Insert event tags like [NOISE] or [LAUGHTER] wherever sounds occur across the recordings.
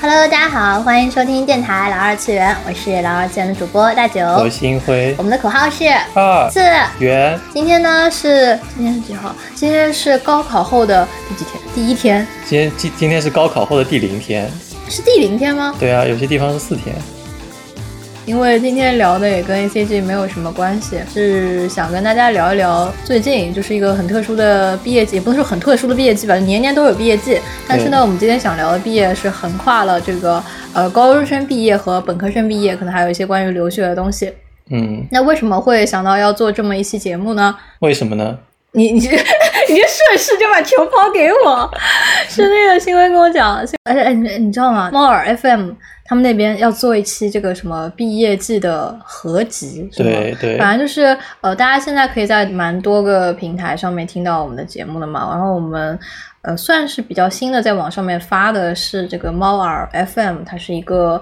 Hello，大家好，欢迎收听电台老二次元，我是老二次元的主播大九。我是英辉我们的口号是二四。元，今天呢是今天是几号？今天是高考后的第几天？第一天今天今今天是高考后的第零天，是第零天吗？对啊，有些地方是四天，因为今天聊的也跟 ACG 没有什么关系，是想跟大家聊一聊最近就是一个很特殊的毕业季，也不能说很特殊的毕业季吧，年年都有毕业季。但是呢，对我们今天想聊的毕业是横跨了这个呃高中生毕业和本科生毕业，可能还有一些关于留学的东西。嗯，那为什么会想到要做这么一期节目呢？为什么呢？你你这你这顺势就把球抛给我，是那个新闻跟我讲，而且哎你你知道吗？猫耳 FM 他们那边要做一期这个什么毕业季的合集，是吗对对反正就是呃，大家现在可以在蛮多个平台上面听到我们的节目的嘛。然后我们呃算是比较新的，在网上面发的是这个猫耳 FM，它是一个。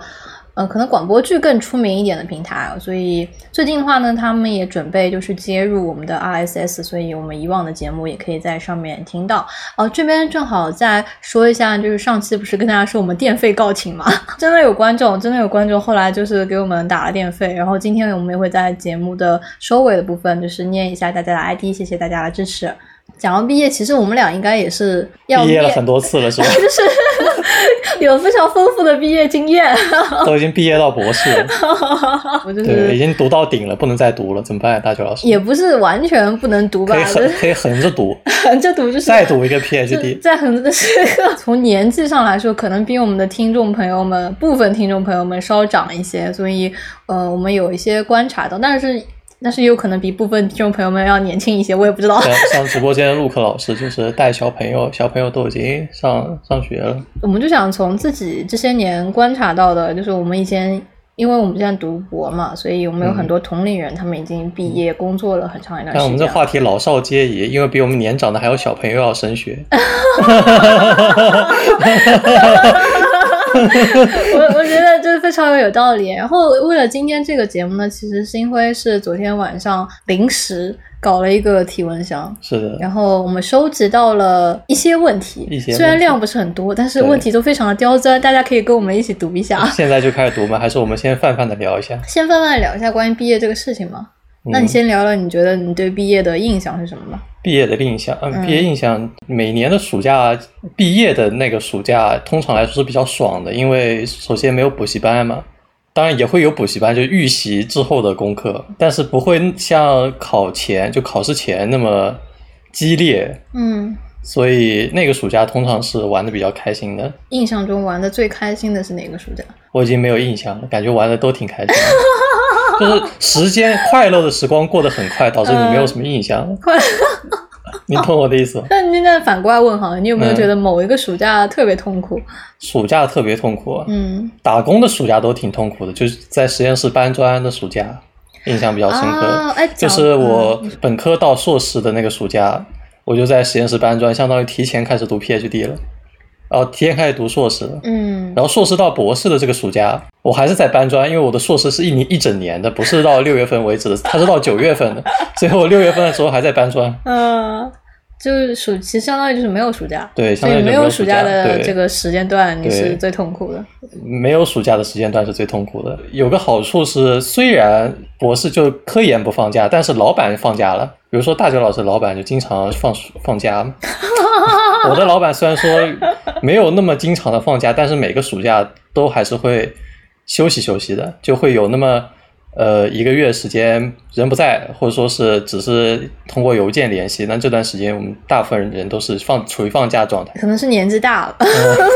呃，可能广播剧更出名一点的平台，啊所以最近的话呢，他们也准备就是接入我们的 RSS，所以我们以往的节目也可以在上面听到。哦，这边正好再说一下，就是上期不是跟大家说我们电费告罄嘛？ [LAUGHS] 真的有观众，真的有观众后来就是给我们打了电费，然后今天我们也会在节目的收尾的部分，就是念一下大家的 ID，谢谢大家的支持。讲到毕业，其实我们俩应该也是要毕业了面很多次 [LAUGHS] 了是吧？就是 [LAUGHS] 有非常丰富的毕业经验。啊都已经毕业到博士了， [LAUGHS] 我就对，是已经读到顶了，不能再读了，怎么办？大九老师嗯也不是完全不能读吧可以，就横是可以横 [LAUGHS] 着读，横着读就是再读一个就 PhD，在很多时刻，从年纪上来说，可能比我们的听众朋友们部分听众朋友们稍长一些，所以呃，我们有一些观察到，但是但是也有可能比部分听众朋友们要年轻一些，我也不知道。像像呃直播间的陆克老师就是带小朋友，小朋友都已经上上学了，我们就想从自己这些年观察到的，就是我们以前，因为我们现在读博嘛，所以我们有很多同龄人，他们已经毕业工作了很长一段时间。但嗯我们这话题老少皆宜，因为比我们年长的还有小朋友要 [LAUGHS] 升学， [LAUGHS] 我我觉得这非常有道理。然后为了今天这个节目呢，其实星辉是昨天晚上临时搞了一个提问箱，是的，然后我们收集到了一些问题，一些虽然问题量不是很多，但是对问题都非常的刁钻，大家可以跟我们一起读一下。现在就开始读吗？还是我们先泛泛的聊一下？先泛泛地聊一下关于毕业这个事情嘛。那你嗯先聊聊，你觉得你对毕业的印象是什么吧？毕业的印象，嗯，嗯毕业印象，每年的暑假，毕业的那个暑假，通常来说是比较爽的，因为首先没有补习班嘛，当然也会有补习班，就预习之后的功课，但是不会像考前就考试前那么激烈，嗯，所以那个暑假通常是玩的比较开心的。印象中玩的最开心的是哪个暑假？ [LAUGHS] 我已经没有印象了，感觉玩的都挺开心的， [LAUGHS] 就是时间快乐的时光过得很快，导致你没有什么印象。快 [LAUGHS] 乐你懂我的意思吗？那你那反过来问哈，你有没有嗯觉得某一个暑假特别痛苦？暑假特别痛苦，啊嗯，打工的暑假都挺痛苦的，就是在实验室搬砖的暑假，印象比较深刻。哦哎就讲是我嗯本科到硕士的那个暑假，我就在实验室搬砖，相当于提前开始读 PhD 了，然后提前开始读硕士了。嗯，然后硕士到博士的这个暑假，我还是在搬砖，因为我的硕士是一年一整年的，不是到六月份为止的，它是到九月份的，所以我六月份的时候还在搬砖。呃，就是暑期相当于就是没有暑假，对，所相当以于就没有暑暑假的对这个时间段，你是对最痛苦的。没有暑假的时间段是最痛苦的。有个好处是，虽然博士就科研不放假，但是老板放假了。比如说大学老师，老板就经常放暑放 [LAUGHS] 假嘛。我的老板虽然说没有那么经常的放假，但是每个暑假都还是会休息休息的，就会有那么呃一个月时间人不在，或者说是只是通过邮件联系。那这段时间我们大部分人都是放处于放假状态。可能是年纪大了，嗯 [LAUGHS]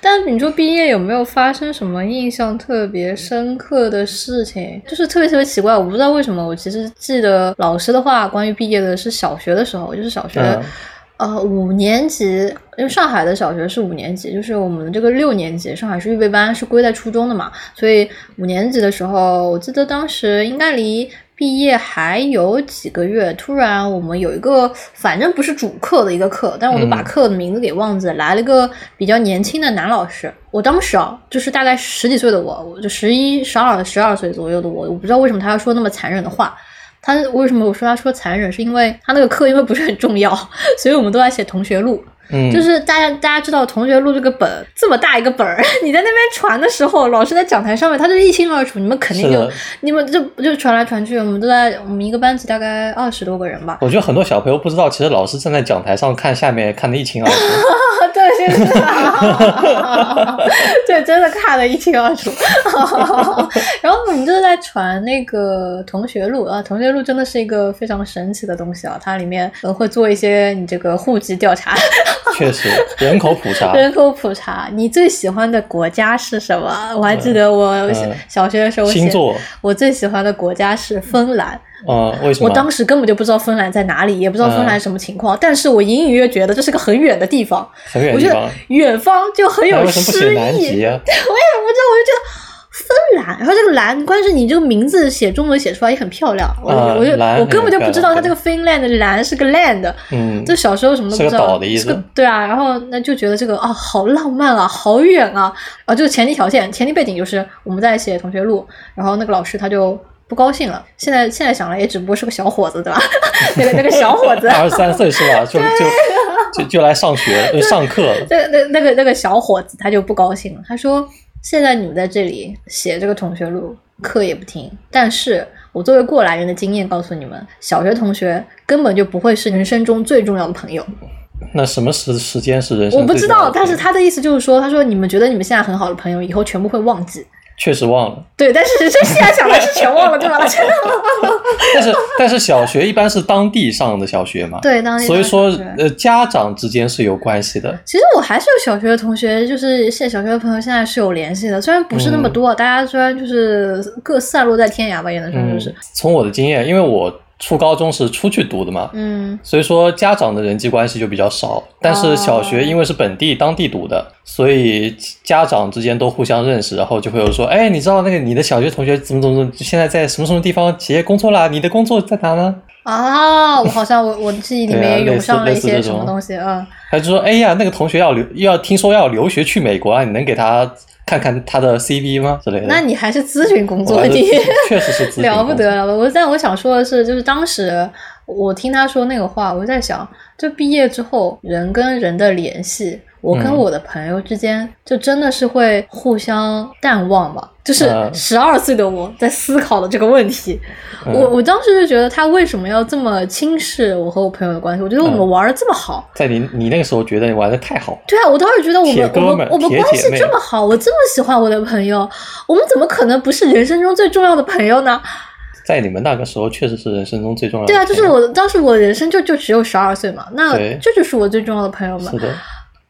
但你说毕业有没有发生什么印象特别深刻的事情？就是特别特别奇怪，我不知道为什么。我其实记得老师的话，关于毕业的是小学的时候，就是小学、嗯呃五年级，因为上海的小学是五年级，就是我们这个六年级，上海市预备班是归在初中的嘛，所以五年级的时候，我记得当时应该离毕业还有几个月，突然我们有一个反正不是主课的一个课，但我都把嗯课的名字给忘记了，来了个比较年轻的男老师。我当时啊，就是大概十几岁的我，我就十一、十二、十二岁左右的我，我不知道为什么他要说那么残忍的话。他为什么我说他说残忍，是因为他那个课因为不是很重要，所以我们都在写同学录。嗯，就是大家大家知道同学录这个本这么大一个本儿， [LAUGHS] 你在那边传的时候，老师在讲台上面，他就一清二楚，你们肯定是就的你们就就传来传去，我们都在我们一个班级大概二十多个人吧， [LAUGHS] 我觉得很多小朋友不知道，其实老师站在讲台上看下面看得一清二楚。哦对，就是， [LAUGHS] 对，真的看得一清二楚。 [LAUGHS] 然后我们就是在传那个同学录啊，同学录真的是一个非常神奇的东西啊，它里面呃会做一些你这个户籍调查、确 [LAUGHS] 实，人口普查，人口普查，你最喜欢的国家是什么？我还记得我嗯小小学的时候写星，座，我最喜欢的国家是芬兰。嗯，为什么？我当时根本就不知道芬兰在哪里，也不知道芬兰什么情况，但是我隐隐约觉得这是个很远的地方。很嗯远我的地觉方得，远方就很那有为什么不写诗南意。极啊？ [LAUGHS] 我也不知道，我就觉得芬兰，然后这个兰，关键是你这个名字写中文写出来也很漂亮，我、啊我就兰我根本就不知道很它漂亮这个 Finland 的兰是个 land， [LAUGHS] 嗯，就小时候什么都不知是道，个岛的意思是个对啊，然后那就觉得这个啊好浪漫啊，好远啊，啊，就是前提条件、前提背景就是我们在写同学录，然后那个老师他就。不高兴了，现在现在想来也只不过是个小伙子，对吧？ [LAUGHS] 那个那个小伙子，二十三岁是吧？就就就就来上 [LAUGHS] 学，就上课了。那那那个那个小伙子他就不高兴了，他说：“现在你们在这里写这个同学录，课也不听，但是我作为过来人的经验告诉你们，小学同学根本就不会是人生中最重要的朋友。那什么时时间是人生？我不知道，但是嗯他的意思就是说，他说你们觉得你们现在很好的朋友，以后全部会忘记。确实忘了。对，但 [LAUGHS] 是这现在想来是全忘了，对吧？真的 [LAUGHS] 但是但是小学一般是当地上的小学嘛，对，当年所以说当时呃家长之间是有关系的。其实我还是有小学的同学，就是现小学的朋友，现在是有联系的，虽然不是那么多，大家虽然就是各散落在天涯吧，也能说嗯就是，嗯从我的经验，因为我初高中是出去读的嘛，嗯所以说家长的人际关系就比较少。但哦是小学因为是本地当地读的，所以家长之间都互相认识，然后就会有说，哎，你知道那个你的小学同学怎么怎么怎么，现在在什么什么地方企业工作啦？你的工作在哪呢？啊，我好像我我记忆里对啊面也涌类似上了一类似些这什么种东西啊，他就说，哎呀，那个同学要留，要听说要留学去美国啊，你能给他看看他的 CV 吗之类的？那你还是咨询工作我你确实是咨询 [LAUGHS] 了不工得作。了。我但我想说的是，就是当时我听他说那个话，我在想，就毕业之后人跟人的联系，我跟嗯我的朋友之间就真的是会互相淡忘吧。就是嗯十二岁的我在思考的这个问题，嗯我我当时就觉得他为什么要这么轻视我和我朋友的关系？我觉得我们嗯玩的这么好，在你你那个时候觉得你玩的太好了，对啊，我当时觉得我铁们我哥们们我们铁关姐系妹这么好，我这么喜欢我的朋友，我们怎么可能不是人生中最重要的朋友呢？在你们那个时候确实是人生中最重要的对朋啊，友。就是我当时我人生就就只有十二岁嘛，那对这就是我最重要的朋友嘛是。的，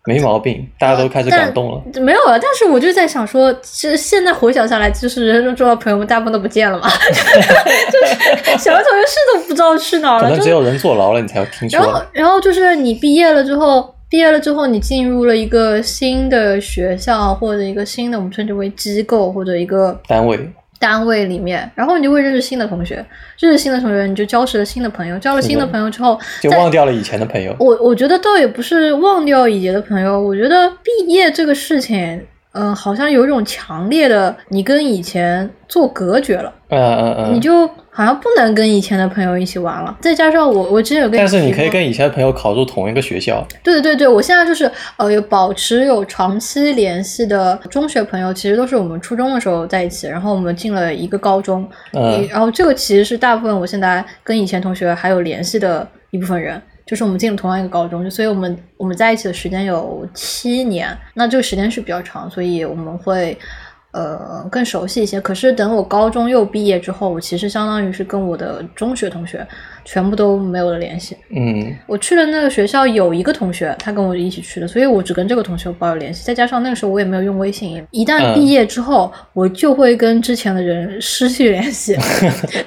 没毛病，大家都开始感动了。没有啊，但是我就在想说，其实现在回想下来，就是人生中重要的朋友们大部分都不见了嘛， [LAUGHS] 就是小学同学是都不知道去哪儿可了，能就只有人坐牢了，你才会听然后说。，然后就是你毕业了之后，毕业了之后，你进入了一个新的学校或者一个新的，我们称之为机构或者一个单位单位里面，然后你就会认识新的同学，认识新的同学，你就交识了新的朋友，交了新的是的朋友之后，就忘掉了以前的朋友。我我觉得倒也不是忘掉以前的朋友，我觉得毕业这个事情，嗯、好像有一种强烈的你跟以前做隔绝了，嗯嗯嗯。你就好像不能跟以前的朋友一起玩了。再加上我，我之前有跟但是你提可以过跟以前的朋友考入同一个学校，对对对对，我现在就是呃，有保持有长期联系的中学朋友，其实都是我们初中的时候在一起，然后我们进了一个高中，嗯也然后这个其实是大部分我现在跟以前同学还有联系的一部分人，就是我们进了同样一个高中，就所以我们我们在一起的时间有七年，那这个时间是比较长，所以我们会。呃，更熟悉一些。可是等我高中又毕业之后，我其实相当于是跟我的中学同学全部都没有了联系。嗯，我去了那个学校，有一个同学，他跟我一起去的，所以我只跟这个同学保有联系。再加上那个时候我也没有用微信，一旦嗯毕业之后，我就会跟之前的人失去联 [LAUGHS] 系。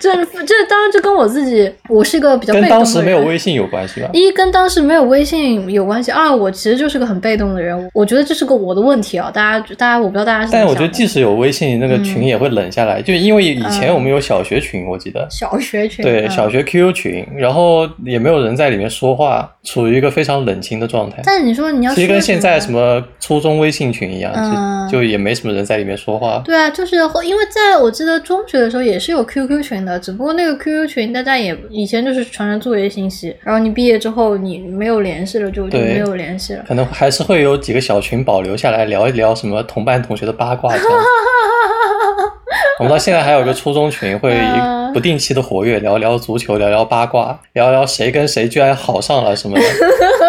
这这当然这跟我自己，我是一个比较被跟动的人。当时没有微信有关系吧？一跟当时没有微信有关系，二我其实就是个很被动的人，我觉得这是个我的问题啊。大家大家我不知道大家是怎但么我想觉的。得即使有微信，那个嗯群也会冷下来，就因为以前我们有小学群，我记得。小学群对，嗯小学 QQ 群，然后也没有人在里面说话，处于一个非常冷清的状态。但你说你要其实说跟现什么在什么初中微信群一样，嗯就就也没什么人在里面说话。对啊，就是会因为在我记得中学的时候也是有 QQ 群的，只不过那个 QQ 群大家也以前就是传传作业信息，然后你毕业之后你没有联系了就就对没有联系了。可能还是会有几个小群保留下来聊一聊什么同班同学的八卦这样 [LAUGHS] 子。我们到现在还有一个初中群，会嗯不定期的活跃，聊聊足球，聊聊八卦，聊聊谁跟谁居然好上了什么的。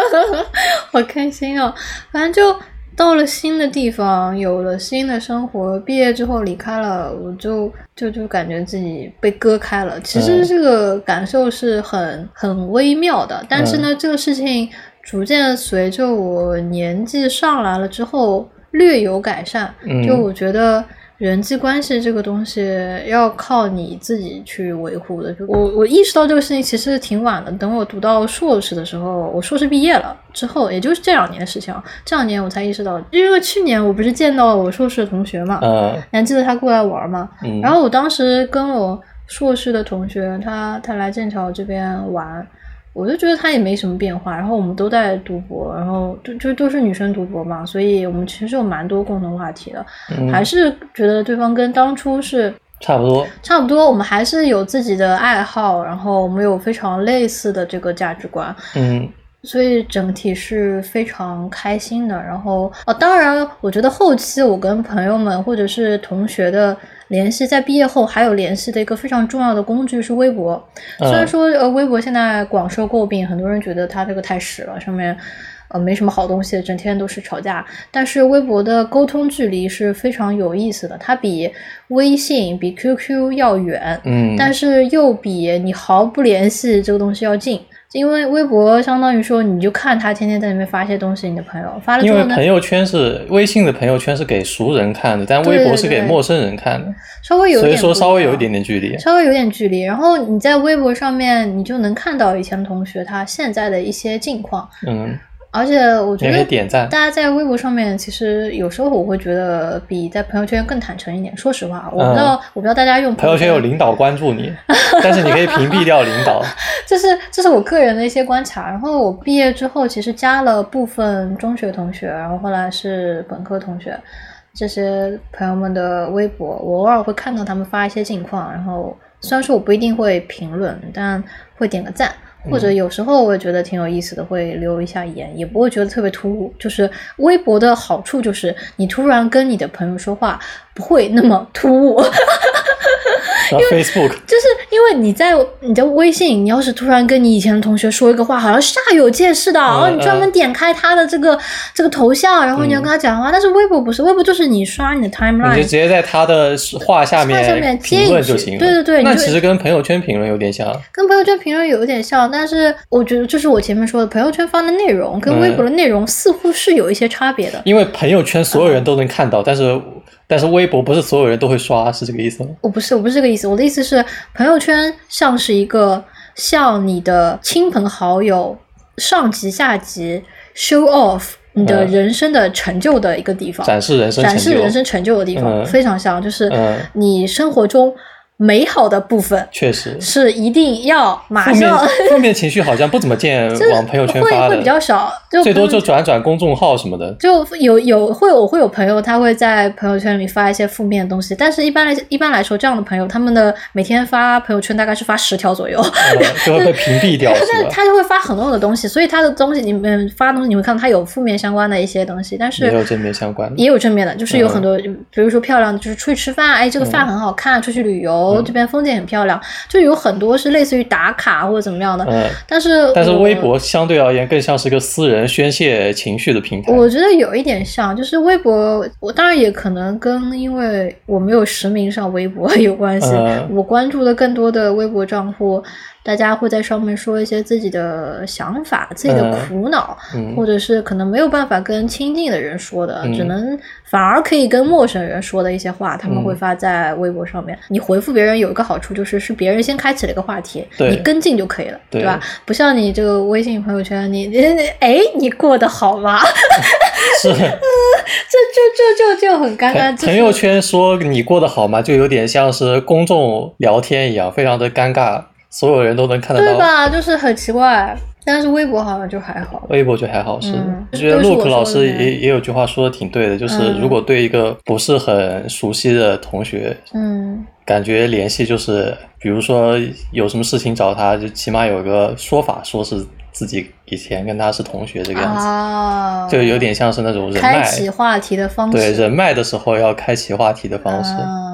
[LAUGHS] 好开心哦！反正就到了新的地方，有了新的生活，毕业之后离开了，我就就就感觉自己被割开了。其实嗯这个感受是很很微妙的，但是呢，这个事情逐渐随着我年纪上来了之后略有改善。嗯就我觉得。人际关系这个东西要靠你自己去维护的。就我我意识到这个事情其实挺晚的，等我读到硕士的时候，我硕士毕业了之后，也就是这两年的事情啊。这两年我才意识到，因为去年我不是见到我硕士的同学嘛，嗯你还记得他过来玩吗？嗯，然后我当时跟我硕士的同学，他他来剑桥这边玩，我就觉得他也没什么变化。然后我们都在读博，然后就就都是女生读博嘛，所以我们其实有蛮多共同话题的。嗯还是觉得对方跟当初是差不多。差不多，我们还是有自己的爱好，然后我们有非常类似的这个价值观，嗯所以整体是非常开心的。然后哦，当然，我觉得后期我跟朋友们或者是同学的联系，在毕业后还有联系的一个非常重要的工具是微博。虽然嗯说呃，微博现在广受诟病，很多人觉得它这个太屎了，上面呃没什么好东西，整天都是吵架。但是微博的沟通距离是非常有意思的，它比微信、比 QQ 要远，嗯，但是又比你毫不联系这个东西要近。因为微博相当于说，你就看他天天在里面发一些东西，你的朋友发了之因后为呢，朋友圈是微信的朋友圈是给熟人看的，但微博是对对给对陌生人看的，稍微有一所以点说不稍微样有一点点距离。稍微有点距离。然后你在微博上面，你就能看到以前的同学他现在的一些近况，嗯，而且我你觉也可以得点赞大。家在微博上面，其实有时候我会觉得比在朋友圈更坦诚一点。说实话，我不知道，我不知道大家用嗯朋友圈有领导关注你， [LAUGHS] 但是你可以屏蔽掉领导。这是这是我个人的一些观察。然后我毕业之后，其实加了部分中学同学，然后后来是本科同学，这些朋友们的微博，我偶尔会看到他们发一些近况。然后虽然说我不一定会评论，但会点个赞。或者有时候我也觉得挺有意思的，会留一下言，也不会觉得特别突兀。就是微博的好处就是，你突然跟你的朋友说话不会那么突兀。然后 Facebook 就是因为你在你的微信，你要是突然跟你以前的同学说一个话，好像煞有介事嗯的，然后你专门点开他的这个这个头像，然后你要跟他讲话。但是微博不是，微博就是你刷你的你就 timeline，直接在他的话话下下面面接一评论句就行了。对对对你那就其实跟朋友圈评论有点像。跟朋友圈评论有点像，但是我觉得就是我前面说的，朋友圈发的内容跟嗯微博的内容似乎是有一些差别的。因为朋友圈所有人都能看到，但是但是微博不是所有人都会刷，是这个意思吗？我不是，我不是这个意思，我的意思是，朋友圈像是一个向你的亲朋好友、上级下级 show off 你的嗯人生的成就的一个地方，展示人生成展就，示人生成就的地方，嗯非常像，就是嗯你生活中美好的部分确实，是一定要马负面上。 [LAUGHS] 负面情绪好像不怎么见就是往朋友圈会发会的，比较少，就最多朋友就转转公众号什么的。就有有会我会有朋友，他会在朋友圈里发一些负面的东西，但是一般来一般来说，这样的朋友，他们的每天发朋友圈大概是发十条左右，嗯就会被屏蔽 [LAUGHS] 掉，他是他吧？他就会发很多的东西，所以他的东西你们发东西，你会看到他有负面相关的一些东西，但是也有正面相关的也有正面的，就是有嗯很多，比如说漂亮的，就是出去吃饭，哎，这个饭很好看，出去旅游，嗯这边风景很漂亮，就有很多是类似于打卡或者怎么样的，嗯，但是但是我微博相对而言更像是一个私人宣泄情绪的平台。我觉得有一点像，就是微博，我当然也可能跟因为我没有实名上微博有关系。嗯我关注的更多的微博账户，大家会在上面说一些自己的想法、自己的嗯苦恼，嗯或者是可能没有办法跟亲近的人说的，嗯只能反而可以跟陌生人说的一些话，他们嗯会发在微博上面。你回复别人有一个好处，就是是别人先开启了一个话题，对你跟进就可以了，对吧？不像你这个微信朋友圈，你 [LAUGHS] 你你哎，你过得好吗？ [LAUGHS] 是这这这这就很尴尬。朋哎就是朋友圈说你过得好吗？就有点像是公众聊天一样，非常的尴尬。所有人都能看得对到。吧？就是很奇怪，但是微博好像就还好。微博就还好，是的。嗯我觉得都是我说 Look 的老师对也也有句话说的挺对的，就是嗯如果对一个不是很熟悉的同学，嗯感觉联系就是，比如说有什么事情找他，就起码有个说法，说是自己以前跟他是同学这个样子，啊，就有点像是那种人开脉，启话题的方式，对人脉的时候要开启话题的方式，啊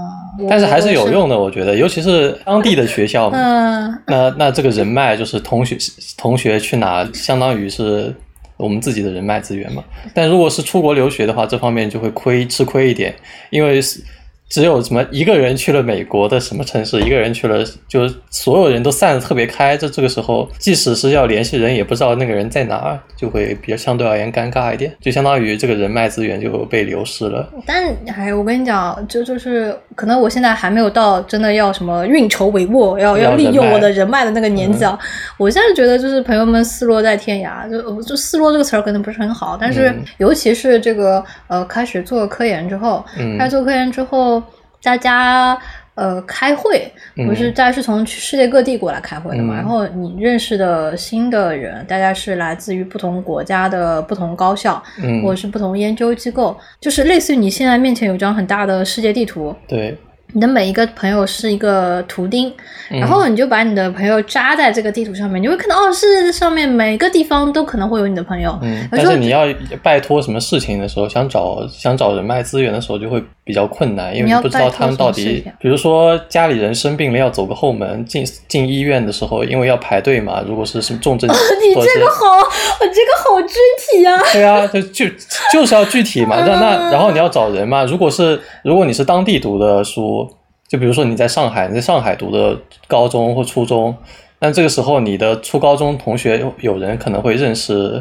但是还是有。用的，我觉得，尤其是当地的学校我嘛。嗯那那这个人脉就是同学同学去哪，相当于是我们自己的人脉资源嘛。但如果是出国留学的话，这方面就会亏吃亏一点，因为是只有什么一个人去了美国的什么城市，一个人去了，就是所有人都散得特别开，这这个时候即使是要联系人，也不知道那个人在哪儿，就会比较相对而言尴尬一点，就相当于这个人脉资源就被流失了。但哎，我跟你讲，就就是可能我现在还没有到真的要什么运筹帷幄，要要要利人用脉嗯我的人脉的那个年纪啊。我现在觉得就是朋友们四落在天涯，就就四落这个词儿可能不是很好，但是嗯尤其是这个呃开始做科研之后，嗯开始做科研之后，大家呃开会，不是嗯大家是从世界各地过来开会的嘛，嗯然后你认识的新的人，大家是来自于不同国家的不同高校，嗯，或者是不同研究机构，就是类似于你现在面前有一张很大的世界地图，对，你的每一个朋友是一个图钉，嗯然后你就把你的朋友扎在这个地图上面，你会看到哦，世界上面每个地方都可能会有你的朋友，嗯，有但时候是你要拜托什么事情的时候，想找想找人脉资源的时候就会比较困难，因为你要不知道他们到拜托什么事底情，比如说家里人生病了要走个后门，进进医院的时候，因为要排队嘛，如果是什么重症 [LAUGHS] 哦你或者这是个好，我这个好具体呀、对啊，就就就是要具体嘛，那那然后你要找人嘛，如果是如果你是当地读的书，就比如说你在上海，你在上海读的高中或初中，那这个时候你的初高中同学有有人可能会认识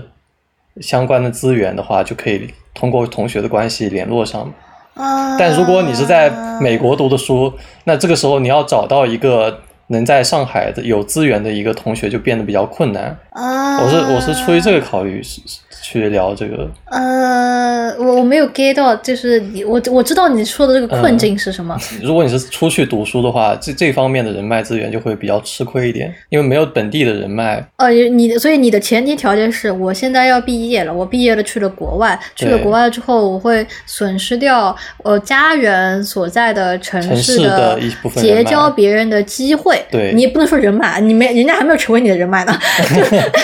相关的资源的话，就可以通过同学的关系联络上。啊！但如果你是在美国读的书，那这个时候你要找到一个能在上海的有资源的一个同学，就变得比较困难。啊，我是我是出于这个考虑是是去聊这个。呃，我我没有 get 到，就是你我我知道你说的这个嗯困境是什么，如果你是出去读书的话，这这方面的人脉资源就会比较吃亏一点，因为没有本地的人脉。呃，你所以你的前提条件是我现在要毕业了，我毕业了去了国外，去了对国外之后，我会损失掉我家人所在的城城市的的一部分人结脉交别人的机会。对 [LAUGHS] 你也不能说人脉，啊你没人家还没有成为你的人脉 [LAUGHS] 呢，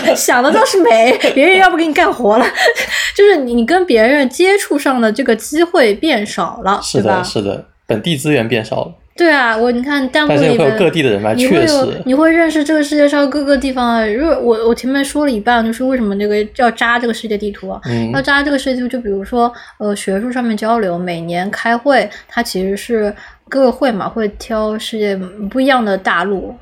就想的倒是美，别人要不给你干活了， [LAUGHS] 就是你你跟别人接触上的这个机会变少了，是对吧的，？是的，本地资源变少了，对啊，我你看弹幕但是里会有面各地的人脉，你会啊确有实，你会认识这个世界上各个地方的。如果我我前面说了一半，就是为什么这个要扎这个世界地图啊？嗯要扎这个世界地图，就比如说呃学术上面交流，每年开会，它其实是各个会嘛会挑世界不一样的大陆。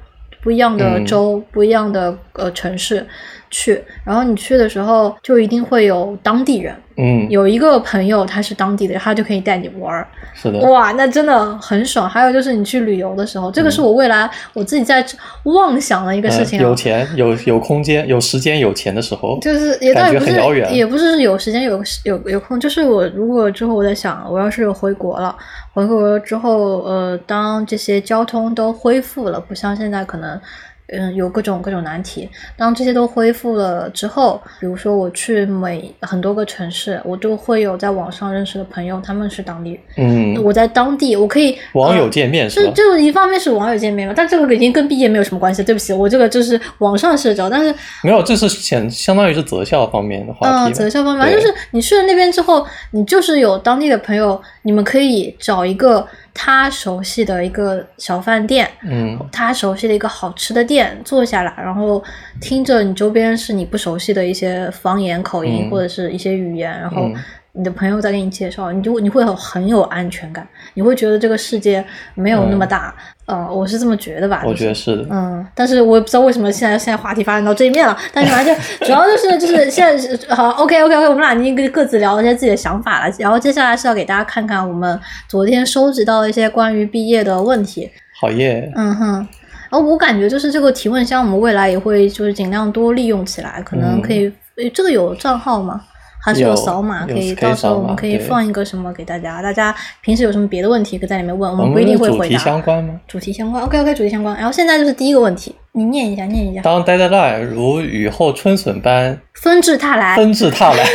不一样的嗯州、不一样的呃城市去，然后你去的时候就一定会有当地人，嗯，有一个朋友他是当地的，他就可以带你玩儿。是的，哇，那真的很爽。还有就是你去旅游的时候，这个是我未来我自己在妄想的一个事情、呃啊。嗯有钱有有空间有时间有钱的时候，就是也倒感也觉不很遥是，远也不是有时间有有有空，就是我如果之后我在想，我要是回国了，回国之后，呃，当这些交通都恢复了，不像现在可能，嗯，有各种各种难题。当这些都恢复了之后，比如说我去每很多个城市，我都会有在网上认识的朋友，他们是当地人，嗯，我在当地我可以网呃友见面是这吧？这一方面是网友见面嘛，但这个已经跟毕业没有什么关系。对不起，我这个就是网上社交，但是没有，这是显相当于是择校方面的话嗯，题择嘛。校方面对就是你去了那边之后，你就是有当地的朋友，你们可以找一个他熟悉的一个小饭店，嗯，他熟悉的一个好吃的店坐下来，然后听着你周边是你不熟悉的一些方言、口音、嗯或者是一些语言，然后嗯你的朋友再给你介绍，你就你会有很有安全感，你会觉得这个世界没有那么大。嗯、我是这么觉得吧。我就是觉得是的。嗯，但是我也不知道为什么现在现在话题发展到这一面了，但是反 [LAUGHS] 正就主要就是就是现在是好 OK OK OK，我们俩已经各各自聊了一些自己的想法了，然后接下来是要给大家看看我们昨天收集到的一些关于毕业的问题，好耶，嗯哼。然后我感觉就是这个提嗯问箱，我们未来也会就是尽量多利用起来，可能可以，诶这个有账号吗？还是有扫码，有可以可以到时候扫我们码可以对放一个什么给大家。大家平时有什么别的问题可以在里面问，我我嗯们不一定会主回题答。相关吗？主题相关，OK OK，主题相关。然后现在就是第一个问题，你念一下，念一下。当 deadline 如雨后春笋般纷至沓来，纷至 [LAUGHS] 沓来，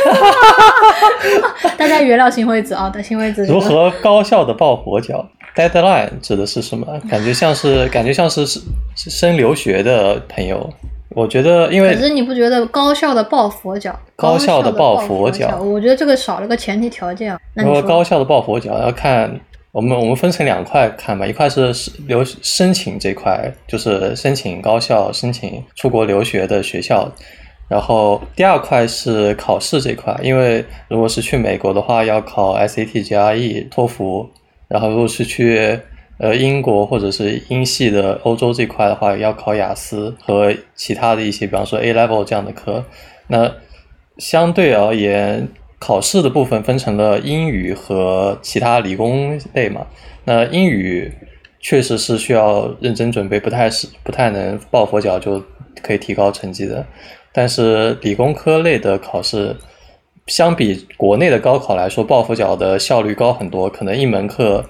大家原谅新辉子啊，但新辉子这如个何高效的抱佛脚？deadline 指的是什么？感觉像是感觉像是是是升留学的朋友。我觉得，因为可是你不觉得高效的抱佛脚，高效的地抱抱佛脚脚，我觉得这个少了个前提条件啊。那如你果说高效的抱佛脚要看我们我们分成两块看吧，一块是是留申请这块，就是申请高校、申请出国留学的学校。然后第二块是考试这块，因为如果是去美国的话，要考 SAT、GRE、托 E 福；然后如果是去呃英国或者是英系的欧洲这块的话，要考雅思和其他的一些，比方说 A Level 这样的课。那相对而言，考试的部分分成了英语和其他理工类嘛。那英语确实是需要认真准备，不太是不太能抱佛脚就可以提高成绩的。但是理工科类的考试，相比国内的高考来说，抱佛脚的效率高很多，可能一门课。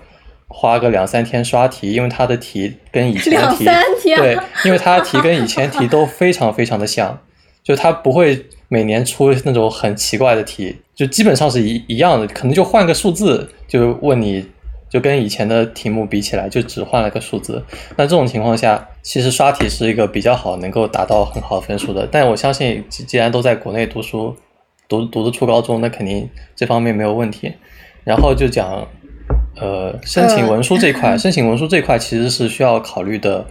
花个两三天刷题，因为它的题跟以前的两题三天 [LAUGHS] 对，因为它的题跟以前题都非常非常的像，就它不会每年出那种很奇怪的题，就基本上是一一样的，可能就换个数字，就问你就跟以前的题目比起来，就只换了个数字。那这种情况下，其实刷题是一个比较好能够达到很好分数的。但我相信，既既然都在国内读书，读读的初高中，那肯定这方面没有问题。然后就讲，呃，申请文书这块，申请文书这块其实是需要考虑的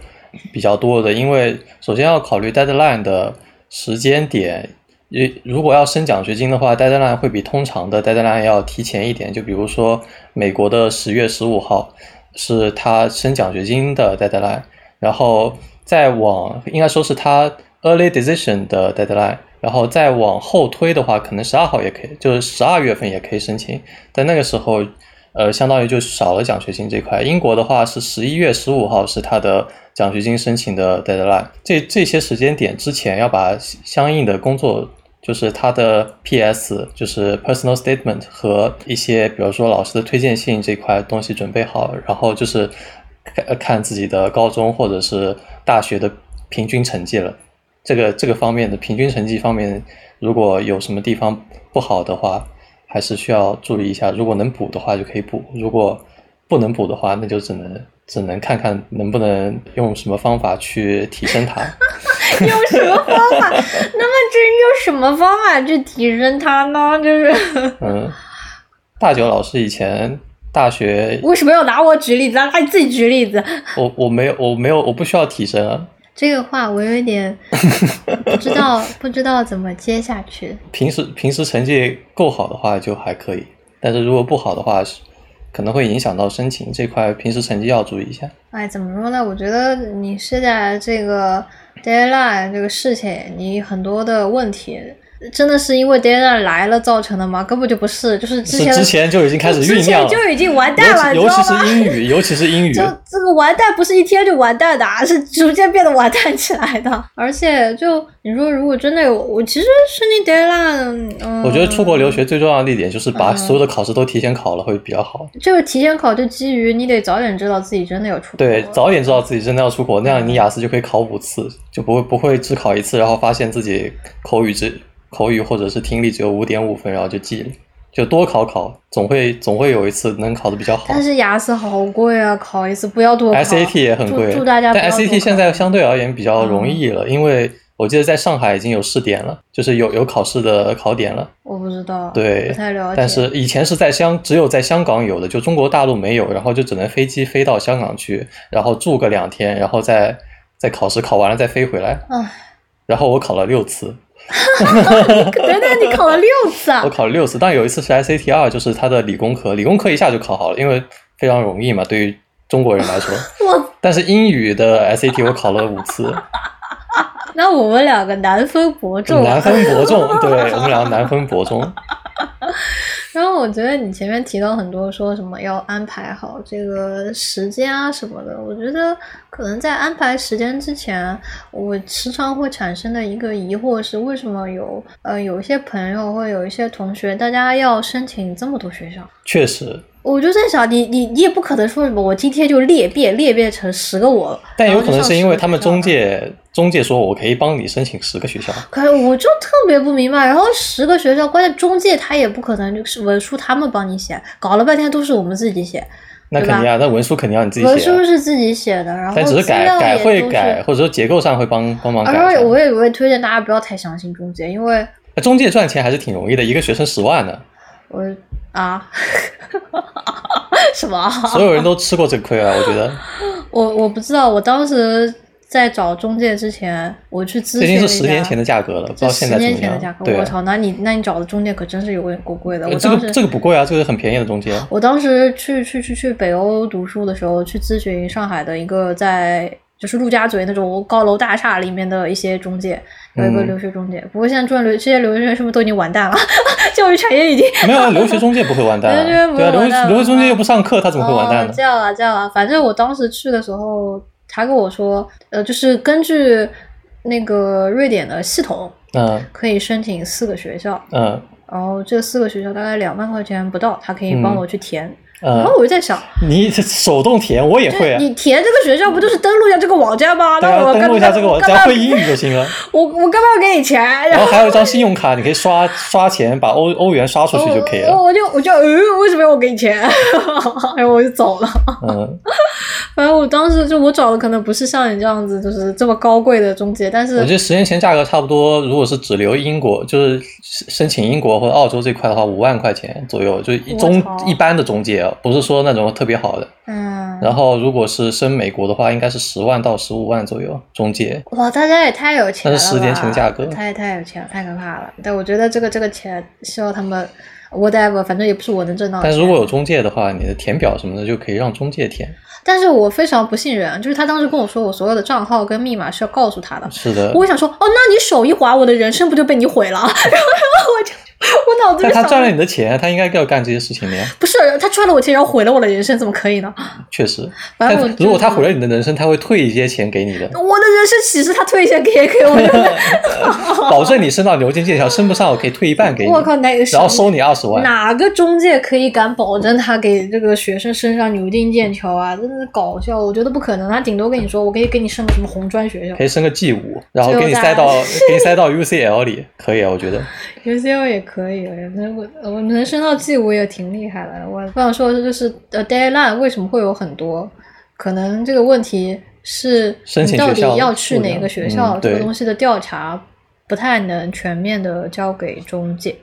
比较多的，因为首先要考虑 deadline 的时间点。如如果要申奖学金的话，deadline 会比通常的 deadline 要提前一点，就比如说美国的十月十五号是他申奖学金的 deadline，然后再往应该说是它 early decision 的 deadline，然后再往后推的话，可能十二号也可以，就是十二月份也可以申请，但那个时候，呃，相当于就少了奖学金这块。英国的话是十一月十五号是它的奖学金申请的 deadline，这这些时间点之前要把相应的工作。就是它的 PS，就是 personal statement 和一些，比如说老师的推荐信这块东西准备好，然后就是看看自己的高中或者是大学的平均成绩了。这个这个方面的平均成绩方面，如果有什么地方不好的话，还是需要注意一下。如果能补的话就可以补，如果不能补的话，那就只能只能看看能不能用什么方法去提 [LAUGHS] 升它。用什么方 [LAUGHS] 法？那么这用什么方法去提升它呢？ [LAUGHS] 就是嗯，大九老师以前大学为什么要拿我举例子？拿你自己举例子。我我没有我没有我不需要提升啊。这个话我有一点不知道， [LAUGHS] 不知道怎么接下去。平时平时成绩够好的话就还可以，但是如果不好的话，是可能会影响到申请这块，平时成绩要注意一下。哎，怎么说呢？我觉得你是在这个 deadline 这个事情，你很多的问题，真的是因为 deadline 来了造成的吗？根本就不是，就是之是前之前就已经开始之酝酿前了，就已经完蛋了，尤你其尤知其道吗是？英语，尤其是英 [LAUGHS] 语，就这个完蛋不是一天就完蛋的、啊，是逐渐变得完蛋起来的。而且就你说，如果真的有，我其实申请 deadline，嗯，我觉得出国留学最重要的一点就是把嗯所有的考试都提前考了会比较好。这个提前考就基于你得早点知道自己真的有出国对，早点知道自己真的要出国，那样你雅思就可以考五次，就不会不会只考一次，然后发现自己口语只口语或者是听力只有五点五分，然后就记了，就多考考，总会总会有一次能考得比较好但。是雅思好贵啊，考一次不要多考。 SAT 也很贵，祝祝大家不要但多考嗯 SAT 现在相对而言比较容易了，因为我记得在上海已经有试点了，就是有有考试的考点了。我不知道，对不太了解。但是以前是在香，只有在香港有的，就中国大陆没有，然后就只能飞机飞到香港去，然后住个两天，然后再再考试，考完了再飞回来。唉，然后我考了六次， [LAUGHS] 等等，你考了六次啊我！考了六次，但有一次是 SAT 二，就是它的理工科，理工科一下就考好了，因为非常容易嘛，对于中国人 [LAUGHS] 来说。我但是英语的 SAT 我考了五 [LAUGHS] 次。那我们两个难分伯仲啊， [LAUGHS] 南分伯仲，对我们俩南分伯仲。因为我觉得你前面提到很多说什么要安排好这个时间啊什么的，我觉得可能在安排时间之前，我时常会产生的一个疑惑是，为什么有呃有一些朋友或有一些同学，大家要申请这么多学校？确实，我就在想，你你你也不可能说什么我今天就裂变裂变成十个我，但然有后可能哦就上是因10为个他们学校中介中介说我可以帮你申请十个学校，可是我就特别不明白，然后十个学校，关键中介他也不可能就是文书他们帮你写，搞了半天都是我们自己写，那对肯吧定啊，那文书肯定要你自己文写啊，书是自己写的，然后但只资是改料改也会都是啊改，。或者说结构上会帮帮忙改然一下后。我也我也推荐大家不要太相信中介，因为那中介赚钱还是挺容易的，一个学生十 [LAUGHS] 万呢，我啊， [LAUGHS] 什么啊？所有人都吃过这个亏啊，我 [LAUGHS] 觉得我我不知道，我当时在找中介之前，我去咨询这已经了是一十年下前的价格了，不知这道十现在怎年么前的价样。格，对我啊，操！那你那你找的中介可真是有点够贵的。我呃这当时、个这个不贵啊，这个很便宜的 [LAUGHS] 中介啊。我当时去去去去北欧读书的时候，去咨询上海的一个在就是陆家嘴那种高楼大厦里面的一些中介，有一个嗯留学中介。不过现在中留这些留学生是不是都已经完蛋了？ [LAUGHS] 教育产业已经没有啊，留学中介不会完蛋 [LAUGHS] 啊，留学不会对啊，留完蛋学留吗学中介又不上课，他怎么会 [LAUGHS] 完哦蛋呢？这样啊，这样啊，反正我当时去的时候，他跟我说，呃，就是根据那个瑞典的系统，嗯可以申请四个学校，嗯然后这四个学校大概两万块钱不到，他可以帮嗯我去填。然后嗯，我就在想，你手动填我也会啊，你填哦这个学校不就是登录一下这个网站吗？对那啊，我登干录一下这个我网干站，嘛会英语就行了。我我干嘛要给你钱？ [LAUGHS] 然然后后还有一张信用卡，你可以刷刷钱，把欧欧元刷出去就可以我了。我就我就呃，为什么要我给你钱？ [LAUGHS] 然后我就走了。嗯，反正我当时就我找的可能不是像你这样子，就是这么高贵的中介，但我是觉得十年前价格差不多，如果是只留英国，就是申请英国或者澳洲这块的话，五万块钱左右，就一我中操一般的中介，啊，不是说那种特别好的。嗯，然后如果是申美国的话，应该是十万到十五万左右中介。哇，大家也太有钱了那吧，是10年前的价格太太有钱了，太可怕了。但我觉得这个这个钱，希望他们 whatever，反正也不是我能挣到的钱。但是如果有中介的话，你的填表什么的就可以让中介填。但是我非常不信任，就是他当时跟我说，我所有的账号跟密码是要告诉他的，是的，我想说，哦，那你手一滑，我的人生不就被你毁了？然后 [LAUGHS] 我就我脑子但里他想，赚了你的钱，他应该要干这些事情的呀。不是他赚了我钱，然后毁了我的人生，怎么可以呢？确实，反但正我如果他毁回了你的人生，他会退一些钱给 [LAUGHS] 你的。我的人生，其实他退钱给给我的，保证你升到牛津剑桥，升不上我可以退一 [LAUGHS] 半给你。我靠，哪个然后收你二十万。哪个中介可以敢保证他给这个学生身上牛津剑桥啊？真的是搞笑，我觉得不可能。他顶多跟你说，我可以给你上个什么红专学校可以升个 G 五，然后只有给你在塞到给你塞到 UCL 里，可以啊，我觉得。 ，UCL 也可以。那我我能升到 G 五也挺厉害了。我我想说的就是，呃，deadline 为什么会有很多？可能这个问题是申请你到学底校要的去数哪量个学嗯校，这个对东西的调查不太能全面的交给中介。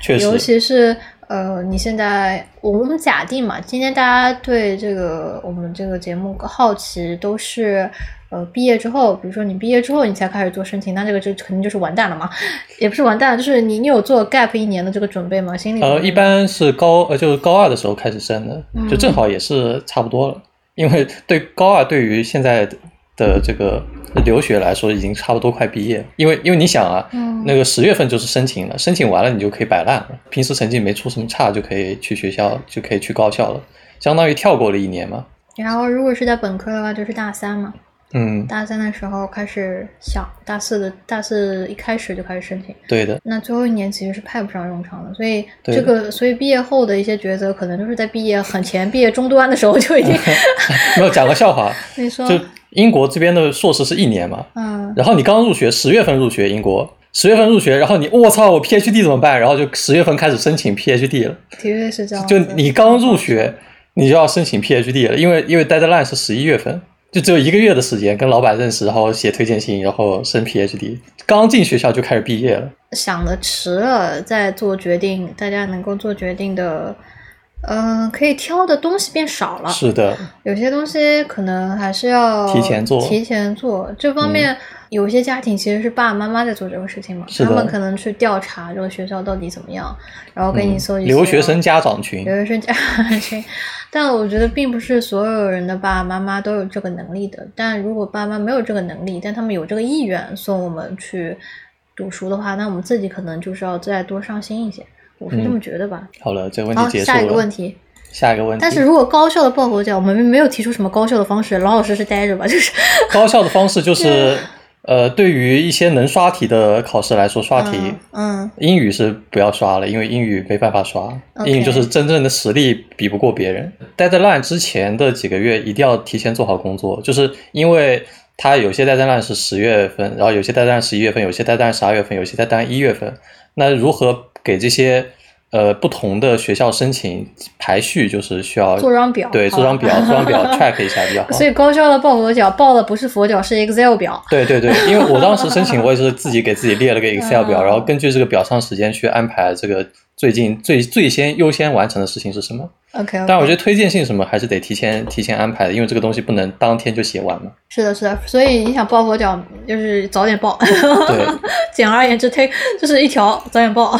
确尤实，其是呃，你现在我们假定嘛，今天大家对这个我们这个节目好奇都是。呃，毕业之后，比如说你毕业之后你才开始做申请，那这个就肯定就是完蛋了嘛， [LAUGHS] 也不是完蛋，就是你你有做 gap 一年的这个准备吗？心理呃，准备一般是高呃就是高二的时候开始升的，就正好也是差不多了，因为对高二对于现在的这个留学来说，已经差不多快毕业了，因为因为你想啊。嗯那个十月份就是申请了，申请完了你就可以摆烂了，平时成绩没出什么差就可以去学校，就可以去高校了，相当于跳过了一年嘛。然后如果是在本科的话，就是大三嘛，嗯，大三的时候开始想，大四的大四一开始就开始申请，对的，那最后一年其实是派不上用场的，所以对这个，所以毕业后的一些抉择，可能就是在毕业很前、毕业中端的时候就 [LAUGHS] 已经。没有讲个笑话，你说，就英国这边的硕士是一年嘛，嗯，然后你刚入学，十月份入学英国，十月份入学，然后你我操，我 PhD 怎么办？然后就十月份开始申请 PhD 了，的确是这样子。就你刚入学，你就要申请 PhD 了，因为因为 deadline 是十一月份。就只有一个月的时间跟老板认识，然后写推荐信，然后升 PhD。刚进学校就开始毕业了，想的迟了，再做决定，大家能够做决定的，嗯、可以挑的东西变少了。是的，有些东西可能还是要提前做嗯提前做这方面，有些家庭其实是爸爸妈妈在做这个事情嘛，是他的们可能去调查这个学校到底怎么样，然后给你嗯搜集留搜学生家长群，留学生家长群， [LAUGHS] 但我觉得并不是所有人的爸爸妈妈都有这个能力的。但如果爸妈没有这个能力，但他们有这个意愿送我们去读书的话，那我们自己可能就是要再多上心一些。我是这么觉得吧。好了，这个问好，题嗯结束了。下一个问题。下一个问题。但是如果高效的抱佛脚，我们没有提出什么高效的方式，老老实实待着吧， [LAUGHS] 就是高效的方式 [LAUGHS] 就是，啊呃，对于一些能刷题的考试来说，刷题、嗯，嗯英语是不要刷了，因为英语没办法刷 OK 英语就是真正的实力比不过别人。Deadline 之前的几个月一定要提前做好工作，就是因为它有些 Deadline 是十月份，然后有些 Deadline 十一月份，有些 Deadline 十二月份，有些 Deadline 一月份。那如何给这些呃不同的学校申请排序，就是需要做张表对，好做张 [LAUGHS] 表，做张表 track 一下比较好。所以高效的抱佛脚抱的不是佛脚，是 Excel [LAUGHS] 表。对对对，因为我当时申请，我也是自己给自己列了个 Excel 表，嗯然后根据这个表上时间去安排这个最近最最先优先完成的事情是什么。 OK，, o k 但我觉得推荐信什么还是得提前提前安排的，因为这个东西不能当天就写完嘛。是的，是的。所以你想抱佛脚，就是早点抱。对， [LAUGHS] 简而言之，推就是一条早点抱。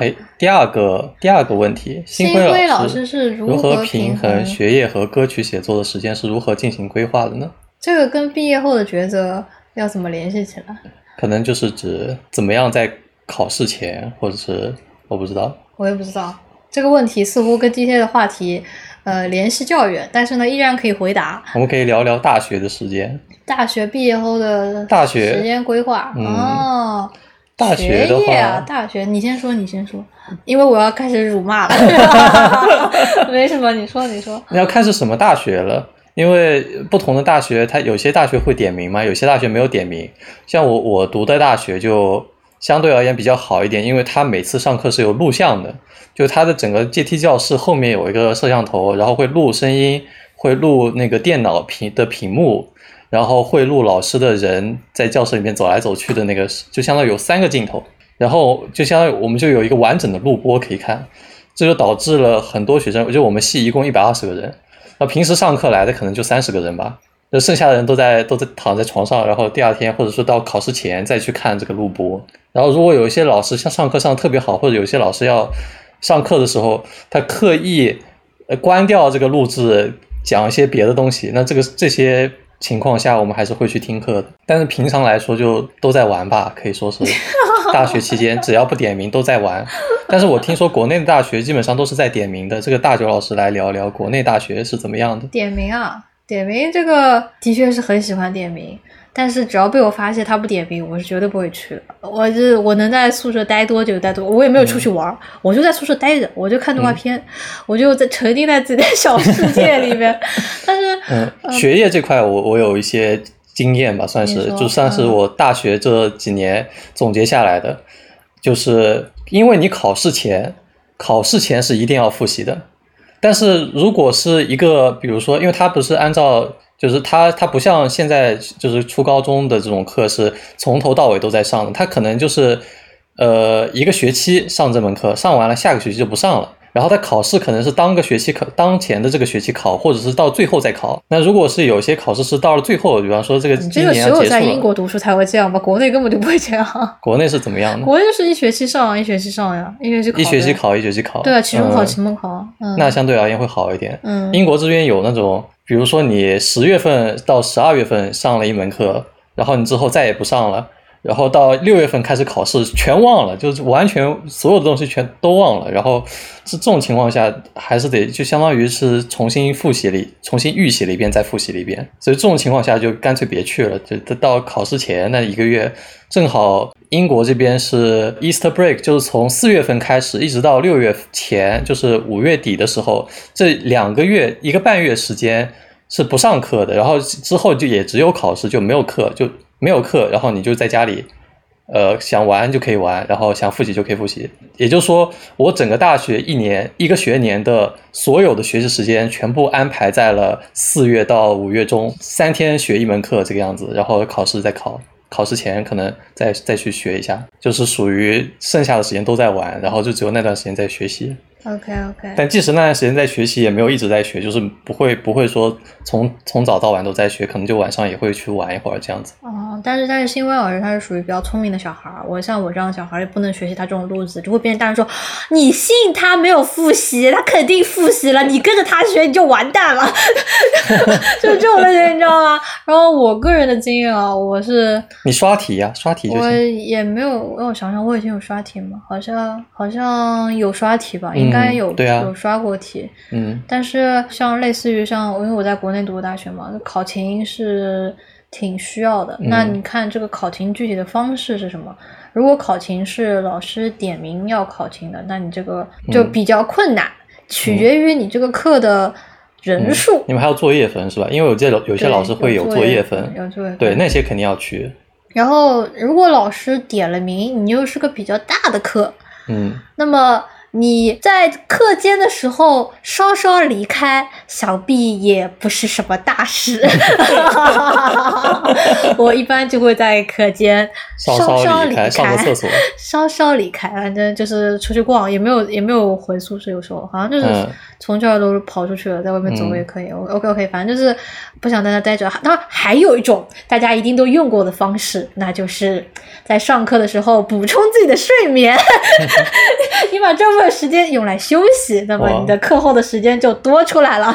哎，第二个第二个问题， [LAUGHS] 新辉辉老师是如何平衡学业和歌曲写作的时间是如何进行规划的呢？这个跟毕业后的抉择要怎么联系起来？可能就是指怎么样在考试前，或者是我不知道，我也不知道。这个问题似乎跟今天的话题，呃，联系较远，但是呢，依然可以回答。我们可以聊聊大学的时间。大学毕业后的大学时间规划嗯哦。大学学的业啊话，，大学，你先说，你先说，因为我要开始辱骂 [LAUGHS] 了。没什么，你说，你说。你要看是什么大学了，因为不同的大学，它有些大学会点名嘛，有些大学没有点名。像我我读的大学就相对而言比较好一点，因为它每次上课是有录像的，就它的整个阶梯教室后面有一个摄像头，然后会录声音，会录那个电脑屏的屏幕。然后会录老师的人在教室里面走来走去的那个，就相当于有三个镜头，然后就相当于我们就有一个完整的录播可以看，这就导致了很多学生，就我们系一共一百二十个人，那平时上课来的可能就三十个人吧，就剩下的人都在都在躺在床上，然后第二天或者说到考试前再去看这个录播。然后如果有一些老师像上课上得特别好，或者有些老师要上课的时候，他刻意呃关掉这个录制，讲一些别的东西，那这个这些。情况下，我们还是会去听课的，但是平常来说就都在玩吧，可以说是大学期间只要不点名都在玩。但是我听说国内的大学基本上都是在点名的，这个大九老师来聊聊国内大学是怎么样的。点名啊，点名这个的确是很喜欢点名，但是只要被我发现他不点名，我是绝对不会去的。我是我能在宿舍待多久就待多久，我也没有嗯出去玩儿，我就在宿舍待着，我就看动画片，我就在沉浸在自己的小世界里 [LAUGHS] 面。但是，嗯，学业这块我我有一些经验吧，算你是说就算是我大学这几年总结下来的，就是因为你考试前，考试前是一定要复习的，但是如果是一个比如说，因为它不是按照。就是它，它不像现在就是初高中的这种课是从头到尾都在上的，它可能就是，呃，一个学期上这门课，上完了下个学期就不上了。然后他考试可能是当个学期考，当前的这个学期考，或者是到最后再考。那如果是有些考试是到了最后，比方说这个你这今个年只要有结在束英了，国读书才会这样吧？国内根本就不会这样，国内是怎么样的？国内就是一学期上，一学期上呀，一学期考呗，嗯一学期考一学期考，对啊，期中考、嗯期末考，嗯，那相对而言会好一点。嗯英国这边有那种，比如说你十月份到十二月份上了一门课，然后你之后再也不上了，然后到六月份开始考试，全忘了，就是完全所有的东西全都忘了。然后是这种情况下，还是得就相当于是重新复习了一，重新预习了一遍，再复习了一遍。所以这种情况下就干脆别去了，就到考试前那一个月，正好英国这边是 Easter break，就是从四月份开始一直到六月前，就是五月底的时候，这两个月一个半月时间是不上课的，然后之后就也只有考试，就没有课，就没有课，然后你就在家里。呃，想玩就可以玩，然后想复习就可以复习。也就是说，我整个大学一年一个学年的所有的学习时间全部安排在了四月到五月中，三天学一门课这个样子，然后考试再考，考试前可能再再去学一下，就是属于剩下的时间都在玩，然后就只有那段时间在学习。 OK OK，但即使那段时间在学习，也没有一直在学，就是不会不会说从从早到晚都在学，可能就晚上也会去玩一会儿这样子。哦，但是但是，新威老师他是属于比较聪明的小孩儿，我像我这样的小孩儿也不能学习他这种路子，就会变成大人说你信他没有复习，他肯定复习了，你跟着他学你就完蛋了， [LAUGHS] 就是这种类型，你知道吗？然后我个人的经验啊，我是你刷题呀、刷题就我行。也没有，让我想想，我以前有刷题吗？好像好像有刷题吧，应该嗯有、对啊有刷过题，嗯，但是像类似于像，因为我在国内读过大学嘛，考勤是挺需要的。嗯那你看这个考勤具体的方式是什么？如果考勤是老师点名要考勤的，那你这个嗯就比较困难，取决于你这个课的人数。你们还有作业分是吧？因为有些嗯老有些对老师会有作业分，有作业分对，那些肯定要去。然后如果老师点了名，你又是个比较大的课，嗯，那么你在课间的时候稍稍离开，想必也不是什么大 [LAUGHS] 事。 [LAUGHS] 我一般就会在课间稍稍稍离离开，上个厕 [LAUGHS] 所。稍稍离开，反正就是出去逛，也没有也没有回宿舍，有时候好像就是嗯从这儿都跑出去了，在外面走也可以。我 OK OK，反正就是不想在那待着。当然还有一种大家一定都用过的方式，那就是在上课的时候补充自己的睡眠， [LAUGHS] 你把这部分时间用来休息，那么哇你的课后的时间就多出来了。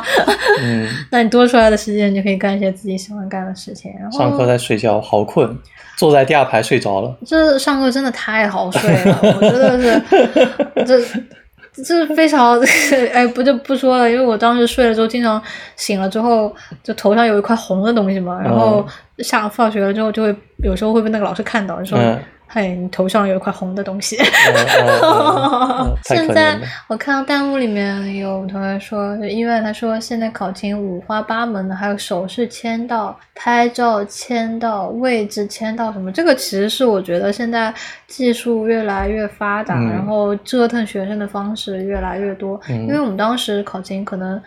嗯， [LAUGHS] 那你多出来的时间，你就可以干一些自己喜欢干的事情。然后上课在睡觉，好困，坐在第二排睡着了。这上课真的太好睡了，我真的是，这这非常，哎，不就不说了，因为我当时睡了之后，经常醒了之后，就头上有一块红的东西嘛，然哦后下放学了之后，就会有时候会被那个老师看到，就说，嗯嘿，你头上有一块红的东西。嗯嗯 [LAUGHS] 嗯嗯太现可在怜了。我看到弹幕里面有同学说，就医院他说现在考勤五花八门的，还有手势签到、拍照签到、位置签到什么，这个其实是我觉得现在技术越来越发达，嗯然后折腾学生的方式越来越多。嗯因为我们当时考勤可能。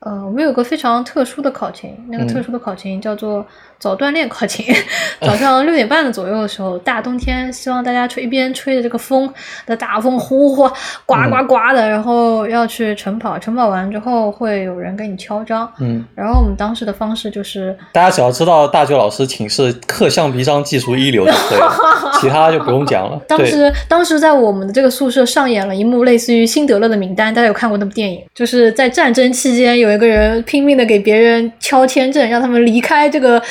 呃，我们有个非常特殊的考勤，那个嗯特殊的考勤叫做早锻炼考勤， [LAUGHS] 早上六点半的左右的时候，大冬天，希望大家吹一边吹着这个风的大风呼呼嗯刮刮刮的，然后要去晨跑，晨跑完之后会有人给你敲章。嗯，然后我们当时的方式就是，大家只要知道大学老师寝室刻橡皮章技术一流就可 [LAUGHS] 以了，其他就不用讲了。当对，时当时在我们的这个宿舍上演了一幕类似于《辛德勒的名单》，大家有看过那部电影？就是在战争期间，有一个人拼命的给别人敲签证，让他们离开这个，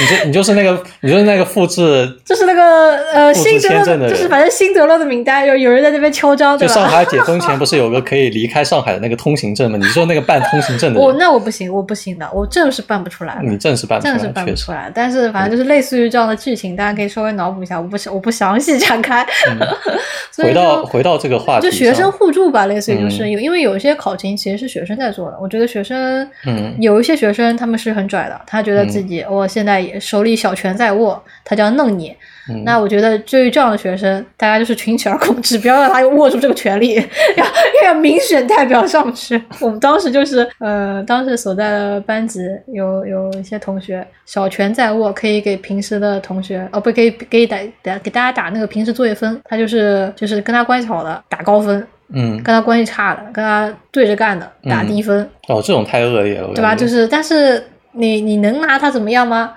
你就你就是那个你就是那个复制，就是那个呃，复辛制德签证的勒，人就是反正辛德勒的名单有有人在那边敲章，对就吧？上海解封前不是有个可以离开上海的那个通行证吗？你就是那个办通行证的我人，那我不行，我不行的，我证是办不出来的。你正是办不真的是出来，办不确出实。来，但是反正就是类似于这样的剧情，大家可以稍微脑补一下，我不想我不详细展开。 [LAUGHS] 所以嗯回到就回到这个话题就上，学生互助吧，类似于就是嗯有，因为有一些考勤其实是学生在做的。我觉得学生，嗯有一些学生他们是很拽的，他觉得自己我、现在也手里小权在握，他就要弄你。嗯那我觉得对于这样的学生，大家就是群起而攻之，不要让他握住这个权利， [LAUGHS] 要要民选代表上去。我们当时就是，呃，当时所在的班级有有一些同学小权在握，可以给平时的同学，哦，不可以给打打给大家打那个平时作业分，他就是就是跟他关系好的打高分，嗯跟，他关系差的跟他对着干的打低分，哦，这种太恶劣了，我对吧？感觉就是，但是你你能拿他怎么样吗？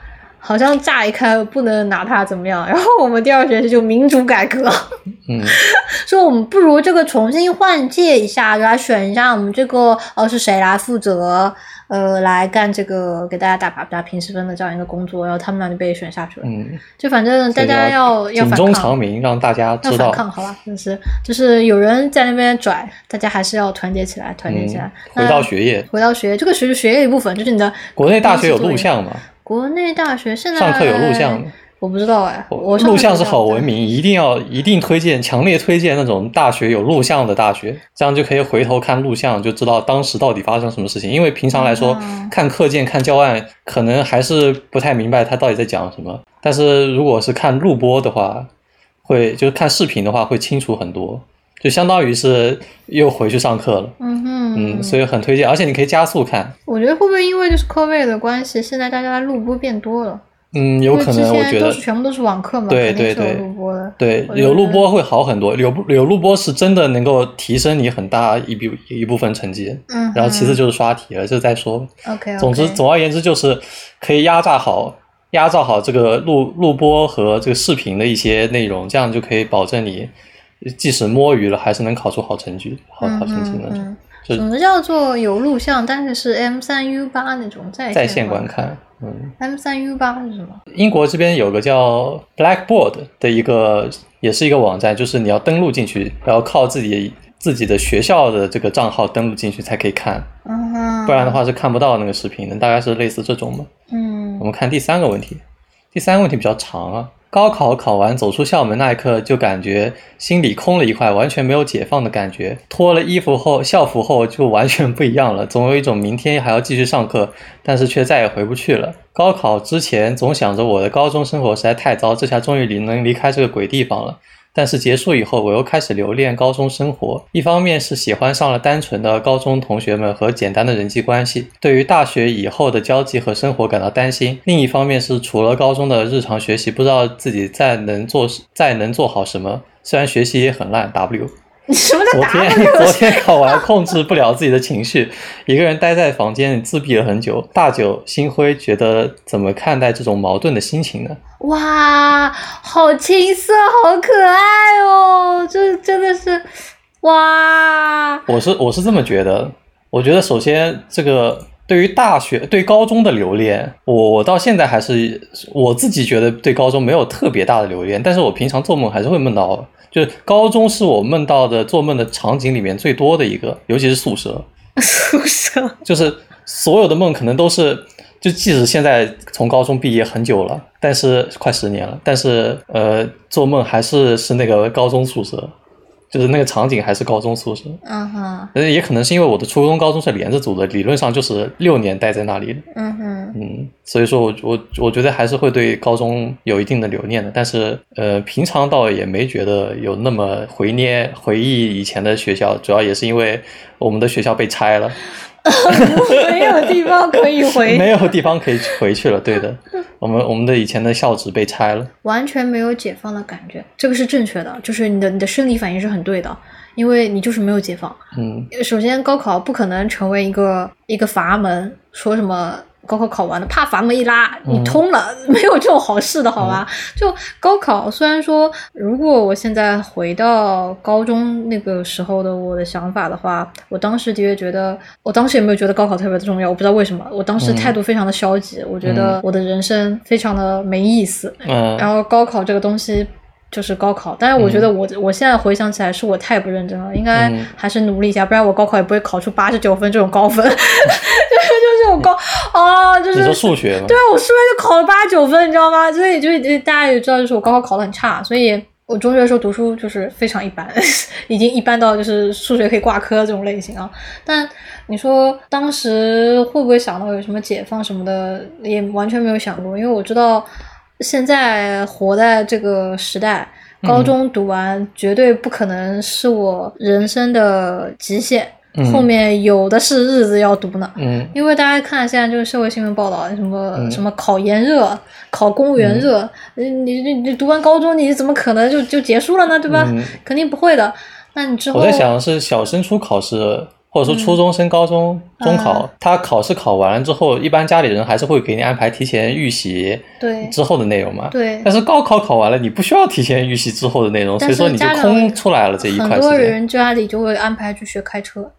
好像乍一看不能拿他怎么样，然后我们第二学期就民主改革，嗯 [LAUGHS] 说我们不如这个重新换届一下，来选一下我们这个呃是谁来负责呃来干这个给大家打打打评十分的这样一个工作，然后他们俩就被选下去了。嗯，就反正 [LAUGHS] 大家要要警反钟抗长，鸣，让大家要知反道，抗，好吧？真是就是有人在那边拽，大家还是要团结起来，团结嗯起来。，回那到学业，回到学业，这个学学业的一部分，就是你的国内大学有录平时作业。像吗？国内大学现在上课有录像吗？我不知道哎，我上录课像不是知道好文。明，一定要一定推荐，强烈推荐那种大学有录像的大学，这样就可以回头看录像，就知道当时到底发生什么事情。因为平常来说，嗯看课件、看教案，可能还是不太明白他到底在讲什么。但是如果是看录播的话，会就是看视频的话，会清楚很多，就相当于是又回去上课了。嗯哼，嗯，所以很推荐，而且你可以加速看。我觉得会不会因为就是 COVID 的关系，现在大家录播变多了，嗯，有可能我觉都得是全部都是网课嘛，对肯定对是有对录播的。对我觉有录得播会好很多，有有录播是真的能够提升你很大一部一部分成绩。嗯哼，然后其次就是刷题了，这再说吧。 OK，总之，总而言之，就是可以压榨好、压榨好这个录录播和这个视频的一些内容，这样就可以保证你即使摸鱼了，还是能考出好成绩、好好成绩嗯的。嗯嗯就总之叫做有录像，但是是 M 三 U 八那种在在线观观。看，嗯， M 三 U 八是什么？英国这边有个叫 Blackboard 的一个，也是一个网站，就是你要登录进去，然后靠自己自己的学校的这个账号登录进去才可以看，嗯哼，不然的，话是看不到那个视频的，大概是类似这种吧。嗯我们看第三个问题，第三个问题比较长啊。高考考完走出校门那一刻，就感觉心里空了一块，完全没有解放的感觉。脱了衣服后，校服后就完全不一样了，总有一种明天还要继续上课，但是却再也回不去了。高考之前总想着我的高中生活实在太糟，这下终于离能离开这个鬼地方了。但是结束以后，我又开始留恋高中生活。一方面是喜欢上了单纯的高中同学们和简单的人际关系，对于大学以后的交际和生活感到担心；另一方面是除了高中的日常学习，不知道自己再能做再能做好什么。虽然学习也很烂，W。你什么叫昨打天昨天考完，控制不了自己的情绪，一个人待在房间里自闭了很久。大九星辉觉得怎么看待这种矛盾的心情呢？哇，好青涩，好可爱哦！这真的是，哇，我是我是这么觉得，我觉得首先这个对于大学对高中的留恋，我我到现在还是我自己觉得对高中没有特别大的留恋，但是我平常做梦还是会梦到，就是高中是我梦到的做梦的场景里面最多的一个，尤其是宿舍，宿舍，就是所有的梦可能都是，就即使现在从高中毕业很久了，但是快十年了，但是呃做梦还是是那个高中宿舍，就是那个场景还是高中宿舍。嗯哼，呃，也可能是因为我的初中、高中是连着读的，理论上就是六年待在那里的，嗯哼，嗯，所以说我我我觉得还是会对高中有一定的留念的，但是呃，平常倒也没觉得有那么回念回忆以前的学校，主要也是因为我们的学校被拆了，没有地方可以 [LAUGHS] 回， [LAUGHS] 没有地方可以回去了，[LAUGHS] 对的，我们我们的以前的校址被拆了，完全没有解放的感觉，这个是正确的，就是你的你的生理反应是很对的，因为你就是没有解放。嗯，首先，高考不可能成为一个一个阀门，说什么高考考完了，啪阀门一拉，嗯你通了， [LAUGHS] 没有这种好事的好吧？就高考，虽然说，如果我现在回到高中那个时候的我的想法的话，我当时的确觉得，我当时也没有觉得高考特别的重要，我不知道为什么，我当时嗯态度非常的消极，我觉得我的人生非常的没意思，嗯然后高考这个东西就是高考，但是我觉得我、我现在回想起来是我太不认真了，应该嗯还是努力一下，不然我高考也不会考出八十九分这种高分， [LAUGHS] 就是就是我高啊，就你是说数学吗对？啊，我数学就考了八九分，你知道吗？所以就是大家也知道，就是我高考考得很差，所以我中学的时候读书就是非常一般， [LAUGHS] 已经一般到就是数学可以挂科这种类型啊。但你说当时会不会想到有什么解放什么的，也完全没有想过，因为我知道现在活在这个时代。高嗯中读完绝对不可能是我人生的极限，嗯后面有的是日子要读呢。嗯因为大家看现在就是社会新闻报道，什么、嗯什么考研热、考公务员热，你你你你读完高中，你怎么可能就就结束了呢？对吧？嗯肯定不会的。那你之后，我在想是小升初考试，或者说初中升高中、中嗯考，他考试考完了之后，一般家里人还是会给你安排提前预习对之后的内容嘛。对，但是高考考完了，你不需要提前预习之后的内容，所但以是说你就家长空出来了这一块很时多间，人家里就会安排去学开车，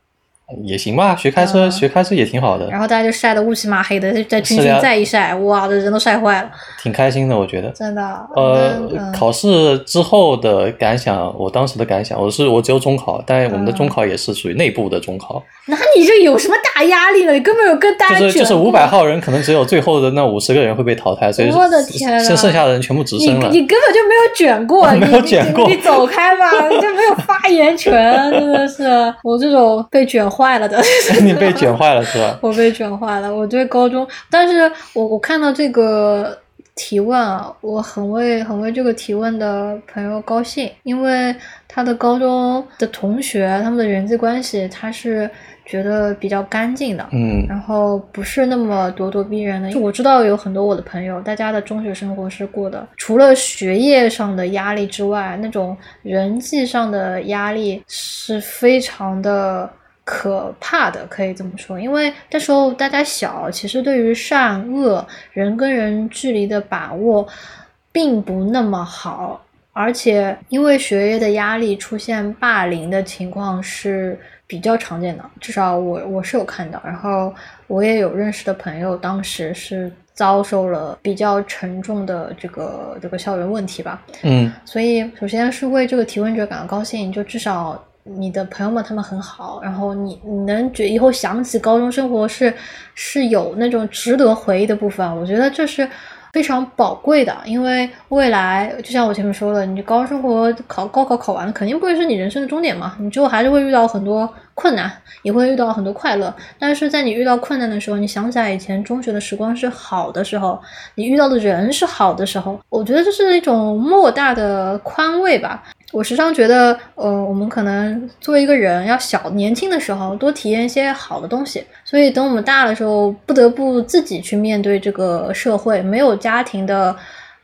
也行吧。学开车，嗯学开车也挺好的然，后大家就晒得乌漆嘛黑的，在军是啊训的呀再一晒，哇，这人都晒坏了，挺开心的，我觉得。真的。呃嗯，考试之后的感想，我当时的感想，我是我只有中考，但我们的嗯中考也是属于内部的中考，那你这有什么大压力呢？你根本有跟大家就是就是卷过五百号人，可能只有最后的那五十个人会被淘汰，所以我的天啊剩剩下的人全部直你升了。你根本就没有卷过，你 [LAUGHS] 没有卷过你你，你走开吧，你就没有发言权， [LAUGHS] 真的是我这种被卷坏了的。 [LAUGHS] 你被 [LAUGHS] 卷坏了是吧？我被卷坏了。我对高中，但是我我看到这个提问啊，我很为很为这个提问的朋友高兴，因为他的高中的同学，他们的人际关系，他是觉得比较干净的，嗯然后不是那么咄咄逼人的。就我知道有很多我的朋友，大家的中学生活是过的，除了学业上的压力之外，那种人际上的压力是非常的。可怕的，可以这么说，因为那时候大家小，其实对于善恶、人跟人距离的把握，并不那么好，而且因为学业的压力，出现霸凌的情况是比较常见的，至少我我是有看到，然后我也有认识的朋友，当时是遭受了比较沉重的这个这个校园问题吧，嗯所以首先是为这个提问者感到高兴，就至少你的朋友们他们很好，然后你你能觉以后想起高中生活是是有那种值得回忆的部分，我觉得这是。非常宝贵的，因为未来就像我前面说的，你高中生活考高考考完了，肯定不会是你人生的终点嘛，你之后还是会遇到很多困难，也会遇到很多快乐。但是在你遇到困难的时候，你想起来以前中学的时光是好的时候，你遇到的人是好的时候，我觉得这是一种莫大的宽慰吧。我时常觉得，呃，我们可能作为一个人，要小年轻的时候多体验一些好的东西，所以等我们大了之后，不得不自己去面对这个社会，没有家庭的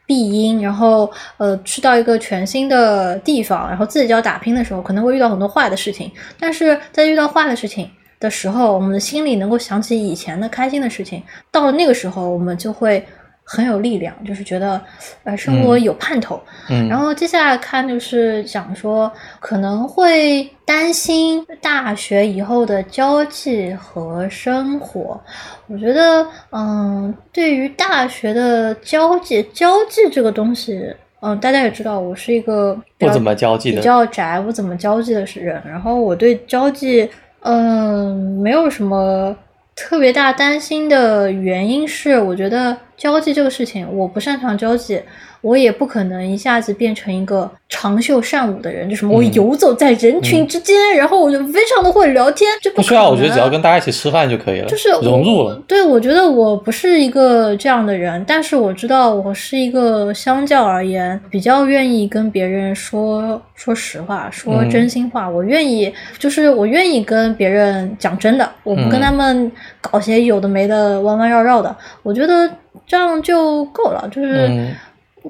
庇荫，然后呃，去到一个全新的地方，然后自己就要打拼的时候，可能会遇到很多坏的事情，但是在遇到坏的事情的时候，我们的心里能够想起以前的开心的事情，到了那个时候，我们就会很有力量，就是觉得，呃，生活嗯有盼头。嗯，然后接下来看就是想说，可能会担心大学以后的交际和生活。我觉得，嗯，对于大学的交际，交际这个东西，嗯，大家也知道，我是一个比不较怎么交际比的，较宅、不怎么交际的人，然后我对交际，嗯，没有什么特别大担心的原因是，我觉得交际这个事情，我不擅长交际，我也不可能一下子变成一个长袖善舞的人，就什么我嗯游走在人群之间，然后我就非常的会聊天，这不可需要，我觉得能只要跟大家一起吃饭就可以了，就是我融入了。对，我觉得我不是一个这样的人，但是我知道我是一个相较而言比较愿意跟别人说说实话、说嗯真心话。我愿意，就是我愿意跟别人讲真的，我不跟嗯他们搞些有的没的、弯弯绕绕的。我觉得这样就够了，就是。嗯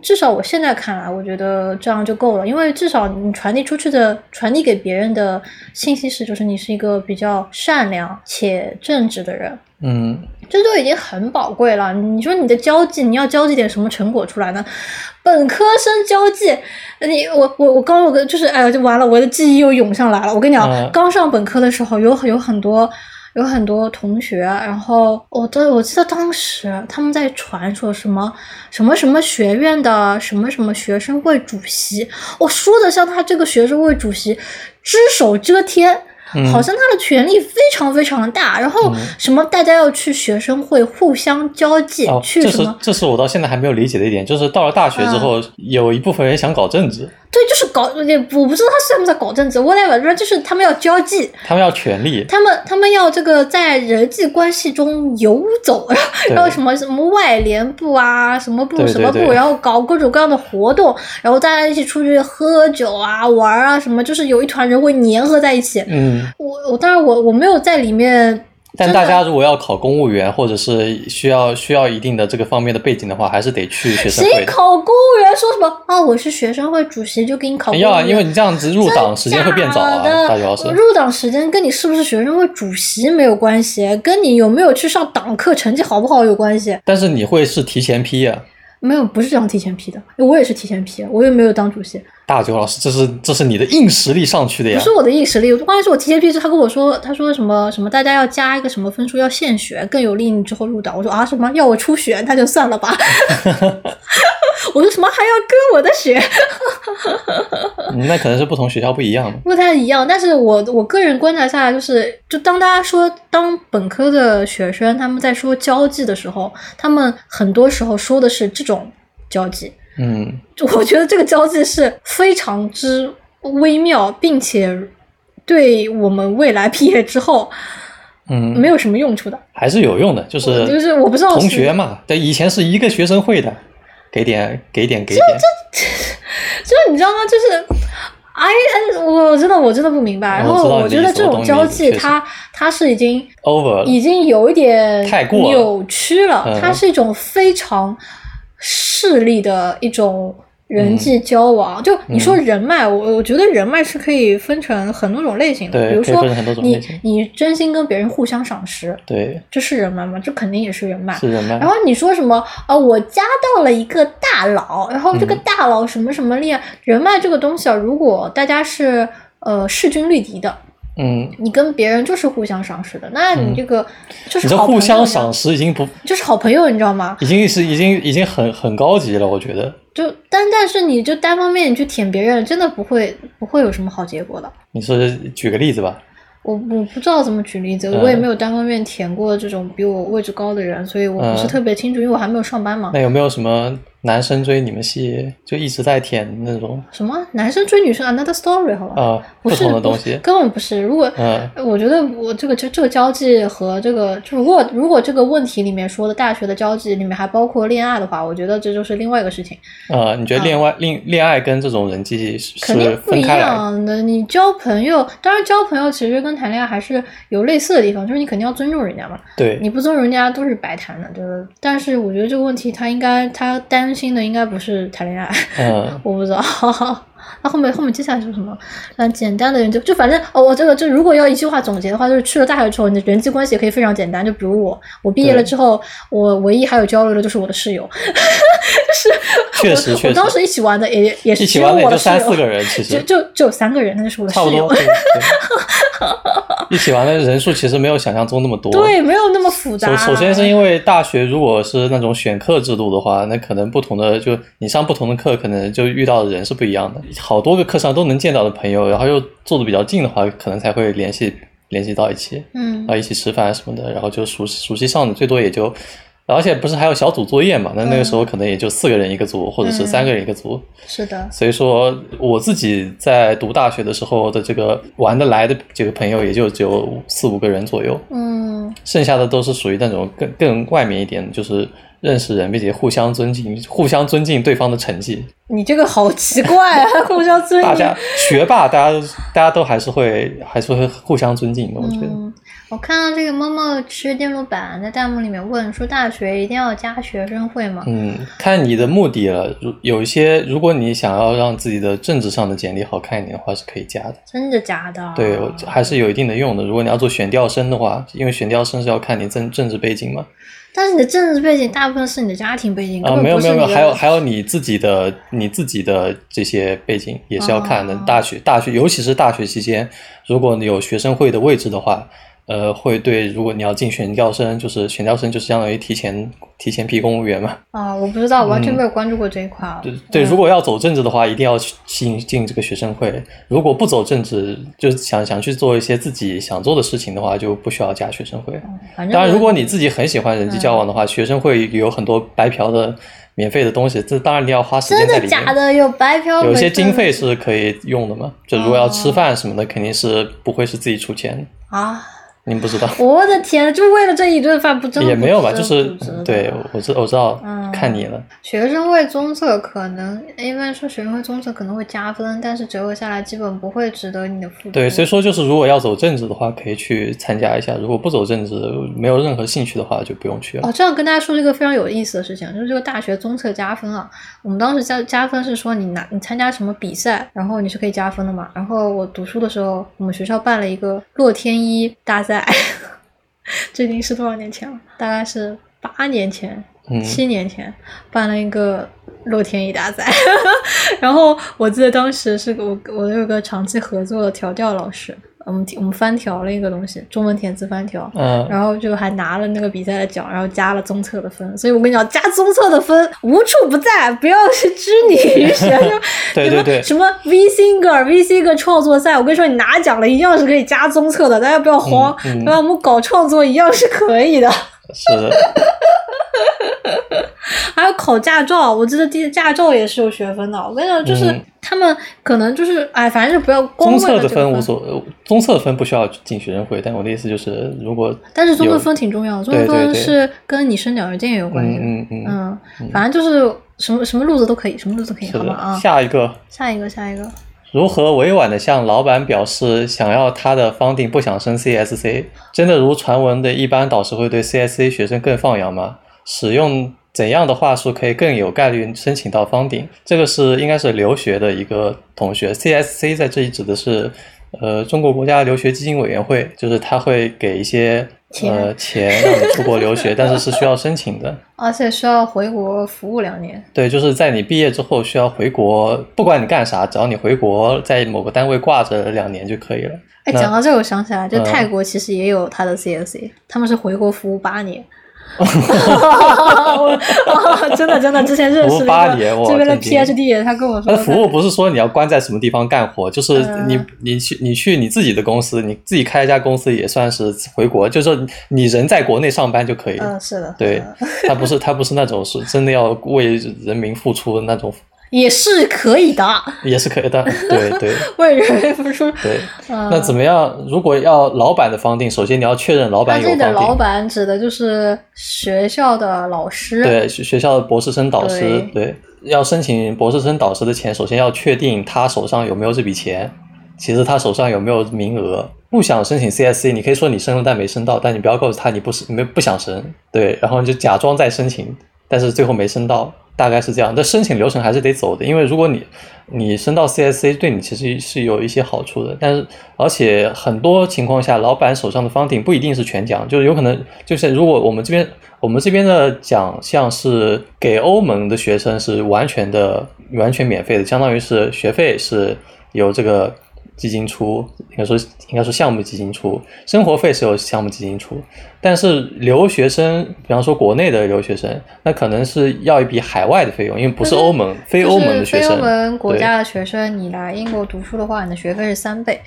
至少我现在看来，我觉得这样就够了，因为至少你传递出去的、传递给别人的信息是，就是你是一个比较善良且正直的人，嗯，这就已经很宝贵了。你说你的交际，你要交际点什么成果出来呢？本科生交际，你我我我刚我跟就是哎呀，就完了，我的记忆又涌上来了。我跟你讲，嗯刚上本科的时候有有很多。有很多同学，然后我都我记得当时他们在传说什么什么什么学院的什么什么学生会主席，我、说的像他这个学生会主席只手遮天，嗯好像他的权力非常非常的大，然后嗯什么大家要去学生会互相交际，哦，去这什是么？嗯这是我到现在还没有理解的一点，就是到了大学之后，有一部分人想搞政治，对，就是搞，也我不知道他算不算搞政治，whatever，反正就是他们要交际，他们要权力，他们他们要这个在人际关系中游走， [LAUGHS] 对然后什么什么外联部啊，什么部对什么对部，对然后搞各种各样的活动，然后大家一起出去喝酒啊、玩啊什么，就是有一团人会粘合在一起。嗯，我我当然我我没有在里面但真的大家如果要考公务员，或者是需要需要一定的这个方面的背景的话，还是得去学生谁会的。考公务员说什么啊？我是学生会主席，就给你考公务要员。啊，因为你这样子入党时间会变早啊，真假的大学老师。入党时间跟你是不是学生会主席没有关系，跟你有没有去上党课、成绩好不好有关系。但是你会是提前批啊，没有，不是这样提前批的。我也是提前批，我也没有当主席，大九老师，这是这是你的硬实力上去的不呀。是我的硬实力。关键是我提前批，是他跟我说，他说什么什么，大家要加一个什么分数，要现学，更有利你之后入党。我说啊什么，要我初学，那就算了吧。 [LAUGHS] 我说什么还要跟我的学，嗯那可能是不同学校不一样的。不太一样，但是我我个人观察下来，就是就当大家说当本科的学生他们在说交际的时候，他们很多时候说的是这种交际，嗯，就我觉得这个交际是非常之微妙，并且对我们未来毕业之后嗯，没有什么用处的。还是有用的，就是我就是我不知道是同学嘛，对，以前是一个学生会的，给点给点给点，就是你知道吗？就是，哎，哎我真的我真的不明白。然哦我知道后我你的觉意得思这我种懂你交意思际确实它，它是已经 over 了已经有一点太过了扭曲了，嗯它是一种非常势利的一种。人际交往，嗯就你说人脉，我我觉得人脉是可以分成很多种类型的，对比如可以说分成很多种类你型你真心跟别人互相赏识，对，这是人脉吗？这肯定也是人脉。是人脉然。后你说什么？呃，我加到了一个大佬，然后这个嗯大佬什么什么厉害、人脉这个东西啊，如果大家是呃势均力敌的，嗯，你跟别人就是互相赏识的，那你这个就是你这好朋友互呀相赏，识已经不就是好朋友，你知道吗？已经是已经已经很很高级了，我觉得就但但是你就单方面你去舔别人，真的不会不会有什么好结果的。你说举个例子吧，我我不知道怎么举例子，嗯我也没有单方面舔过这种比我位置高的人，所以我不是嗯特别清楚，因为我还没有上班嘛。那有没有什么男生追你们系就一直在舔那种什么男生追女生 another story 好吧？啊、不是同的不东是西？根本不是。如果、呃嗯我觉得我这个这这个交际和这个，就如果如果这个问题里面说的大学的交际里面还包括恋爱的话，我觉得这就是另外一个事情，呃，你觉嗯得恋爱恋、恋爱跟这种人际是肯定是不分一开来的？样的。你交朋友，当然交朋友其实跟谈恋爱还是有类似的地方，就是你肯定要尊重人家嘛，对，你不尊重人家都是白谈的，就是。但是我觉得这个问题他应该他担心的应该不是谈恋爱。嗯， [LAUGHS] 我不知道。那后面后面接下来是什么？嗯，简单的人际就反正哦，我这个就如果要一句话总结的话，就是去了大学之后，你的人际关系也可以非常简单。就比如我，我毕业了对之后，我唯一还有交流的就是我的室友，就是确实我确我实当时一起玩的也也是只一起有玩的也我就的室友，三四个人，其就实就就有三个人，那就是我的差不室多。友。对对一起玩的人数其实没有想象中那么 [LAUGHS] 多。对，没有那么复杂。首首先是因为大学如果是那种选课制度的话，那可能不同的就你上不同的课，可能就遇到的人是不一样的。好多个课上都能见到的朋友，然后又坐的比较近的话，可能才会联系联系到一起，嗯然啊后一起吃饭什么的，然后就熟悉熟悉上的最多也就，而且不是还有小组作业嘛？那那个时候可能也就四个人一个组，或者是三个人一个组。是的，所以说，我自己在读大学的时候的这个玩得来的这个朋友，也就只有四五个人左右。嗯剩下的都是属于那种更更外面一点，就是认识人并且互相尊敬，互相尊敬对方的成绩。你这个好奇怪啊，互相尊大敬家。学霸，大家大家都还是会还是会互相尊敬的，我觉得。嗯，我看到这个猫猫吃电路板在弹幕里面问说，大学一定要加学生会吗？嗯，看你的目的了。如有一些，如果你想要让自己的政治上的简历好看一点的话，是可以加的。真的假的？啊对，我还是有一定的用的。如果你要做选调生的话，因为选调生是要看你政政治背景嘛。但是你的政治背景大部分是你的家庭背景，啊，根本没有不是没有没有，你的还有还有你自己的你自己的这些背景也是要看的。哦大学大学，尤其是大学期间，如果你有学生会的位置的话，呃，会对如果你要进选调生，就是选调生就是相当于提前提前批公务员嘛。啊，我不知道，我完全嗯没有关注过这一块。对对，嗯如果要走政治的话，一定要去进进这个学生会。如果不走政治，就是想想去做一些自己想做的事情的话，就不需要加学生会。反正当然，我如果你自己很喜欢人际交往嗯的话，学生会有很多白嫖的免费的东西，这当然你要花时真间在里的面。假的有白嫖，有一些经费是可以用的嘛，就如果要吃饭什么的，肯定是不会是自己出钱的。啊！您不知道，我的天，就为了这一顿饭不真的也没有吧？不就值是不值得对，我知我知道嗯，看你了。学生会综测可能，因为说学生会综测可能会加分，但是折合下来基本不会值得你的付出。对，所以说就是如果要走政治的话，可以去参加一下；如果不走政治，没有任何兴趣的话，就不用去了。哦，这样跟大家说这个非常有意思的事情，就是这个大学综测加分啊。我们当时加加分是说你拿你参加什么比赛，然后你是可以加分的嘛。然后我读书的时候，我们学校办了一个洛天依大赛， [LAUGHS] 这已经是多少年前了？大概是八年前、嗯，七年前办了一个洛天依大赛。 [LAUGHS] 然后我记得当时是我我有个长期合作的调教老师，我们我们翻调了一个东西，中文填词翻调。嗯，。然后就还拿了那个比赛的奖，然后加了综测的分。所以我跟你讲，加综测的分无处不在，不要去拘泥于学生对对对什么什么 V Singer、V Singer 创作赛，我跟你说，你拿奖了一样是可以加综测的，大家不要慌，嗯嗯对吧？我们搞创作一样是可以的。[LAUGHS] 是的，还有考驾照，我记得第驾照也是有学分的。我跟你讲，就是、嗯他们可能就是哎，反正就不要光综为测了的这个分无所，呃综测的分不需要进学生会，但我的意思就是，如果但是综有测分挺重要的，综测对对分对是跟你升鸟件也有关系的。嗯嗯嗯，嗯，反正就是，什么什么路子都可以，什么路子都可以，是好的吗？啊，下一个，下一个，下一个，如何委婉的向老板表示想要他的 funding 不想升 CSC？真的如传闻的一般，导师会对 CSC 学生更放羊吗？使用怎样的话术可以更有概率申请到 funding？这个是应该是留学的一个同学，CSC 在这里指的是呃中国国家留学基金委员会，就是他会给一些呃钱让你出国留学，但是是需要申请的。而且需要回国服务两年。对，就是在你毕业之后需要回国，不管你干啥，只要你回国，在某个单位挂着两年就可以了。哎，那讲到这个，我想起来，就嗯泰国其实也有他的 CSC，、他们是回国服务八 [LAUGHS] 年。 [LAUGHS] 我真的真的，之前认识服务八了一年个哇这边的震惊 PhD，他跟我它说的服务不是说你要关在什么地方干活，就是嗯你你去你去你自己的公司，你自己开一家公司也算是回国，就是你人在国内上班就可以了。嗯，是的，对嗯，它不是它不是那种是真的要为人民付出的那种，也是可以的， [LAUGHS] 也是可以的。对对为人类付出。对。嗯那怎么样？如果要老板的方定，首先你要确认老他板有这里方的定。老板指的就是学校的老师，对学学校的博士生导师，对对要申请博士生导师的钱，首先要确定他手上有没有这笔钱，其次他手上有没有名额。不想申请 CSC，你可以说你申了但没申到，但你不要告诉他你不是你没不想申，对，然后你就假装在申请，但是最后没申到，大概是这样。但申请流程还是得走的，因为如果你你升到 CSC，对你其实是有一些好处的。但是而且很多情况下，老板手上的 funding 不一定是全奖，就是有可能就是如果我们这边我们这边的奖项是给欧盟的学生是完全的完全免费的，相当于是学费是由这个。基金出，应该说应该说项目基金出，生活费是由项目基金出，但是留学生，比方说国内的留学生，那可能是要一笔海外的费用，因为不是就是欧盟、非就欧是盟的学非生，欧盟国对家的学生，你来英国读书的话，你的学费是三倍，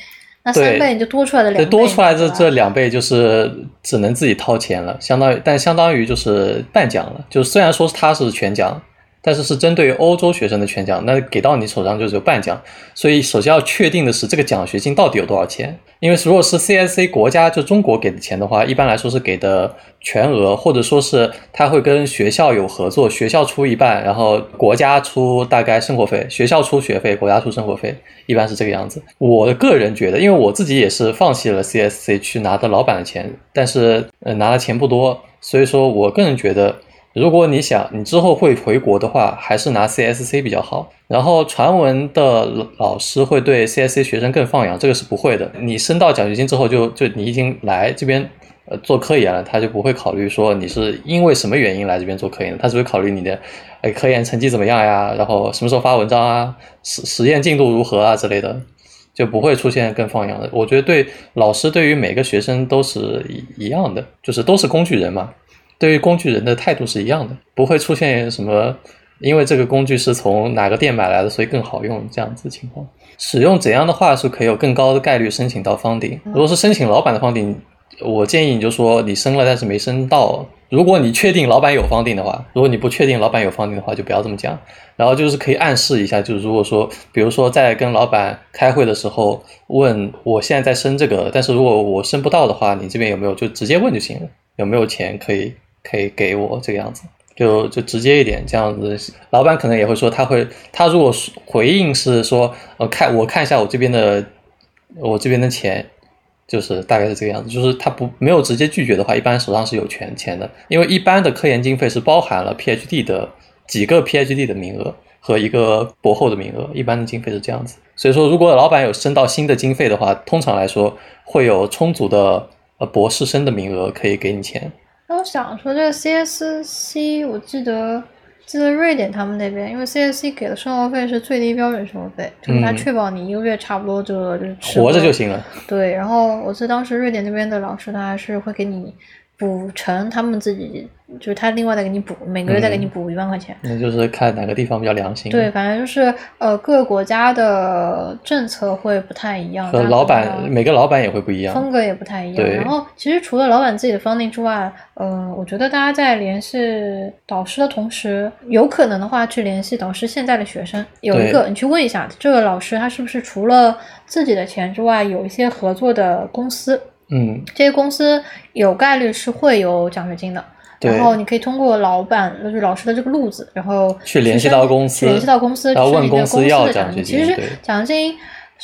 那对三倍你就多出来的两对，倍，多出来对的吧这两倍就是只能自己掏钱了，相当于但相当于就是半奖了。就虽然说它是全奖，但是是针对于欧洲学生的全奖，那给到你手上就只有半奖。所以首先要确定的是这个奖学金到底有多少钱，因为如果是 CSC 国家就中国给的钱的话，一般来说是给的全额，或者说是他会跟学校有合作，学校出一半，然后国家出大概生活费，学校出学费，国家出生活费，一般是这个样子。我个人觉得，因为我自己也是放弃了 CSC 去拿的老板的钱，但是呃拿的钱不多，所以说我个人觉得。如果你想你之后会回国的话，还是拿 CSC 比较好。然后传闻的老师会对 CSC 学生更放养，这个是不会的。你升到奖学金之后就，就你已经来这边呃做科研了，他就不会考虑说你是因为什么原因来这边做科研的，他只会考虑你的呃科研成绩怎么样呀，然后什么时候发文章啊，实实验进度如何啊之类的。就不会出现更放养的。我觉得对老师对于每个学生都是一一样的，就是都是工具人嘛，对于工具人的态度是一样的，不会出现什么因为这个工具是从哪个店买来的，所以更好用这样子的情况。使用怎样的话术可以有更高的概率申请到方顶？如果是申请老板的方顶，我建议你就说你升了，但是没升到。如果你确定老板有方顶的话，如果你不确定老板有方顶的话，就不要这么讲。然后就是可以暗示一下，就是如果说，比如说在跟老板开会的时候问我现在在升这个，但是如果我升不到的话，你这边有没有就直接问就行了，有没有钱可以可以给我这个样子。就就直接一点，这样子，老板可能也会说，他会，他如果是回应是说，呃，看我看一下我这边的，我这边的钱，就是大概是这个样子，就是他不没有直接拒绝的话，一般手上是有权钱的，因为一般的科研经费是包含了 PhD 的几个 PhD 的名额和一个博后的名额，一般的经费是这样子。所以说，如果老板有升到新的经费的话，通常来说会有充足的呃博士生的名额可以给你钱。那我想说，这个 CSC，我记得记得瑞典他们那边，因为 CSC 给的生活费是最低标准生活费，就是它嗯确保你一个月差不多就就是吃活着喝就行了，对，然后我记得当时瑞典那边的老师，他还是会给你补成他们自己，就是他另外再给你补，每个月再给你嗯补一万块钱。那就是看哪个地方比较良心。对，，反正就是呃，各个国家的政策会不太一样，和大老家板每个老板也会不一风样。格也不太一样。对然后其实除了老板自己的方定之外，嗯、我觉得大家在联系导师的同时，有可能的话去联系导师现在的学生，有一对个你去问一下这个老师他是不是除了自己的钱之外，有一些合作的公司，嗯，这些公司有概率是会有奖学金的。对然后你可以通过老板就是老师的这个路子，然后去联系到公司去联系到公司，然后去问你的公公司要的奖奖学金。金其实对奖学金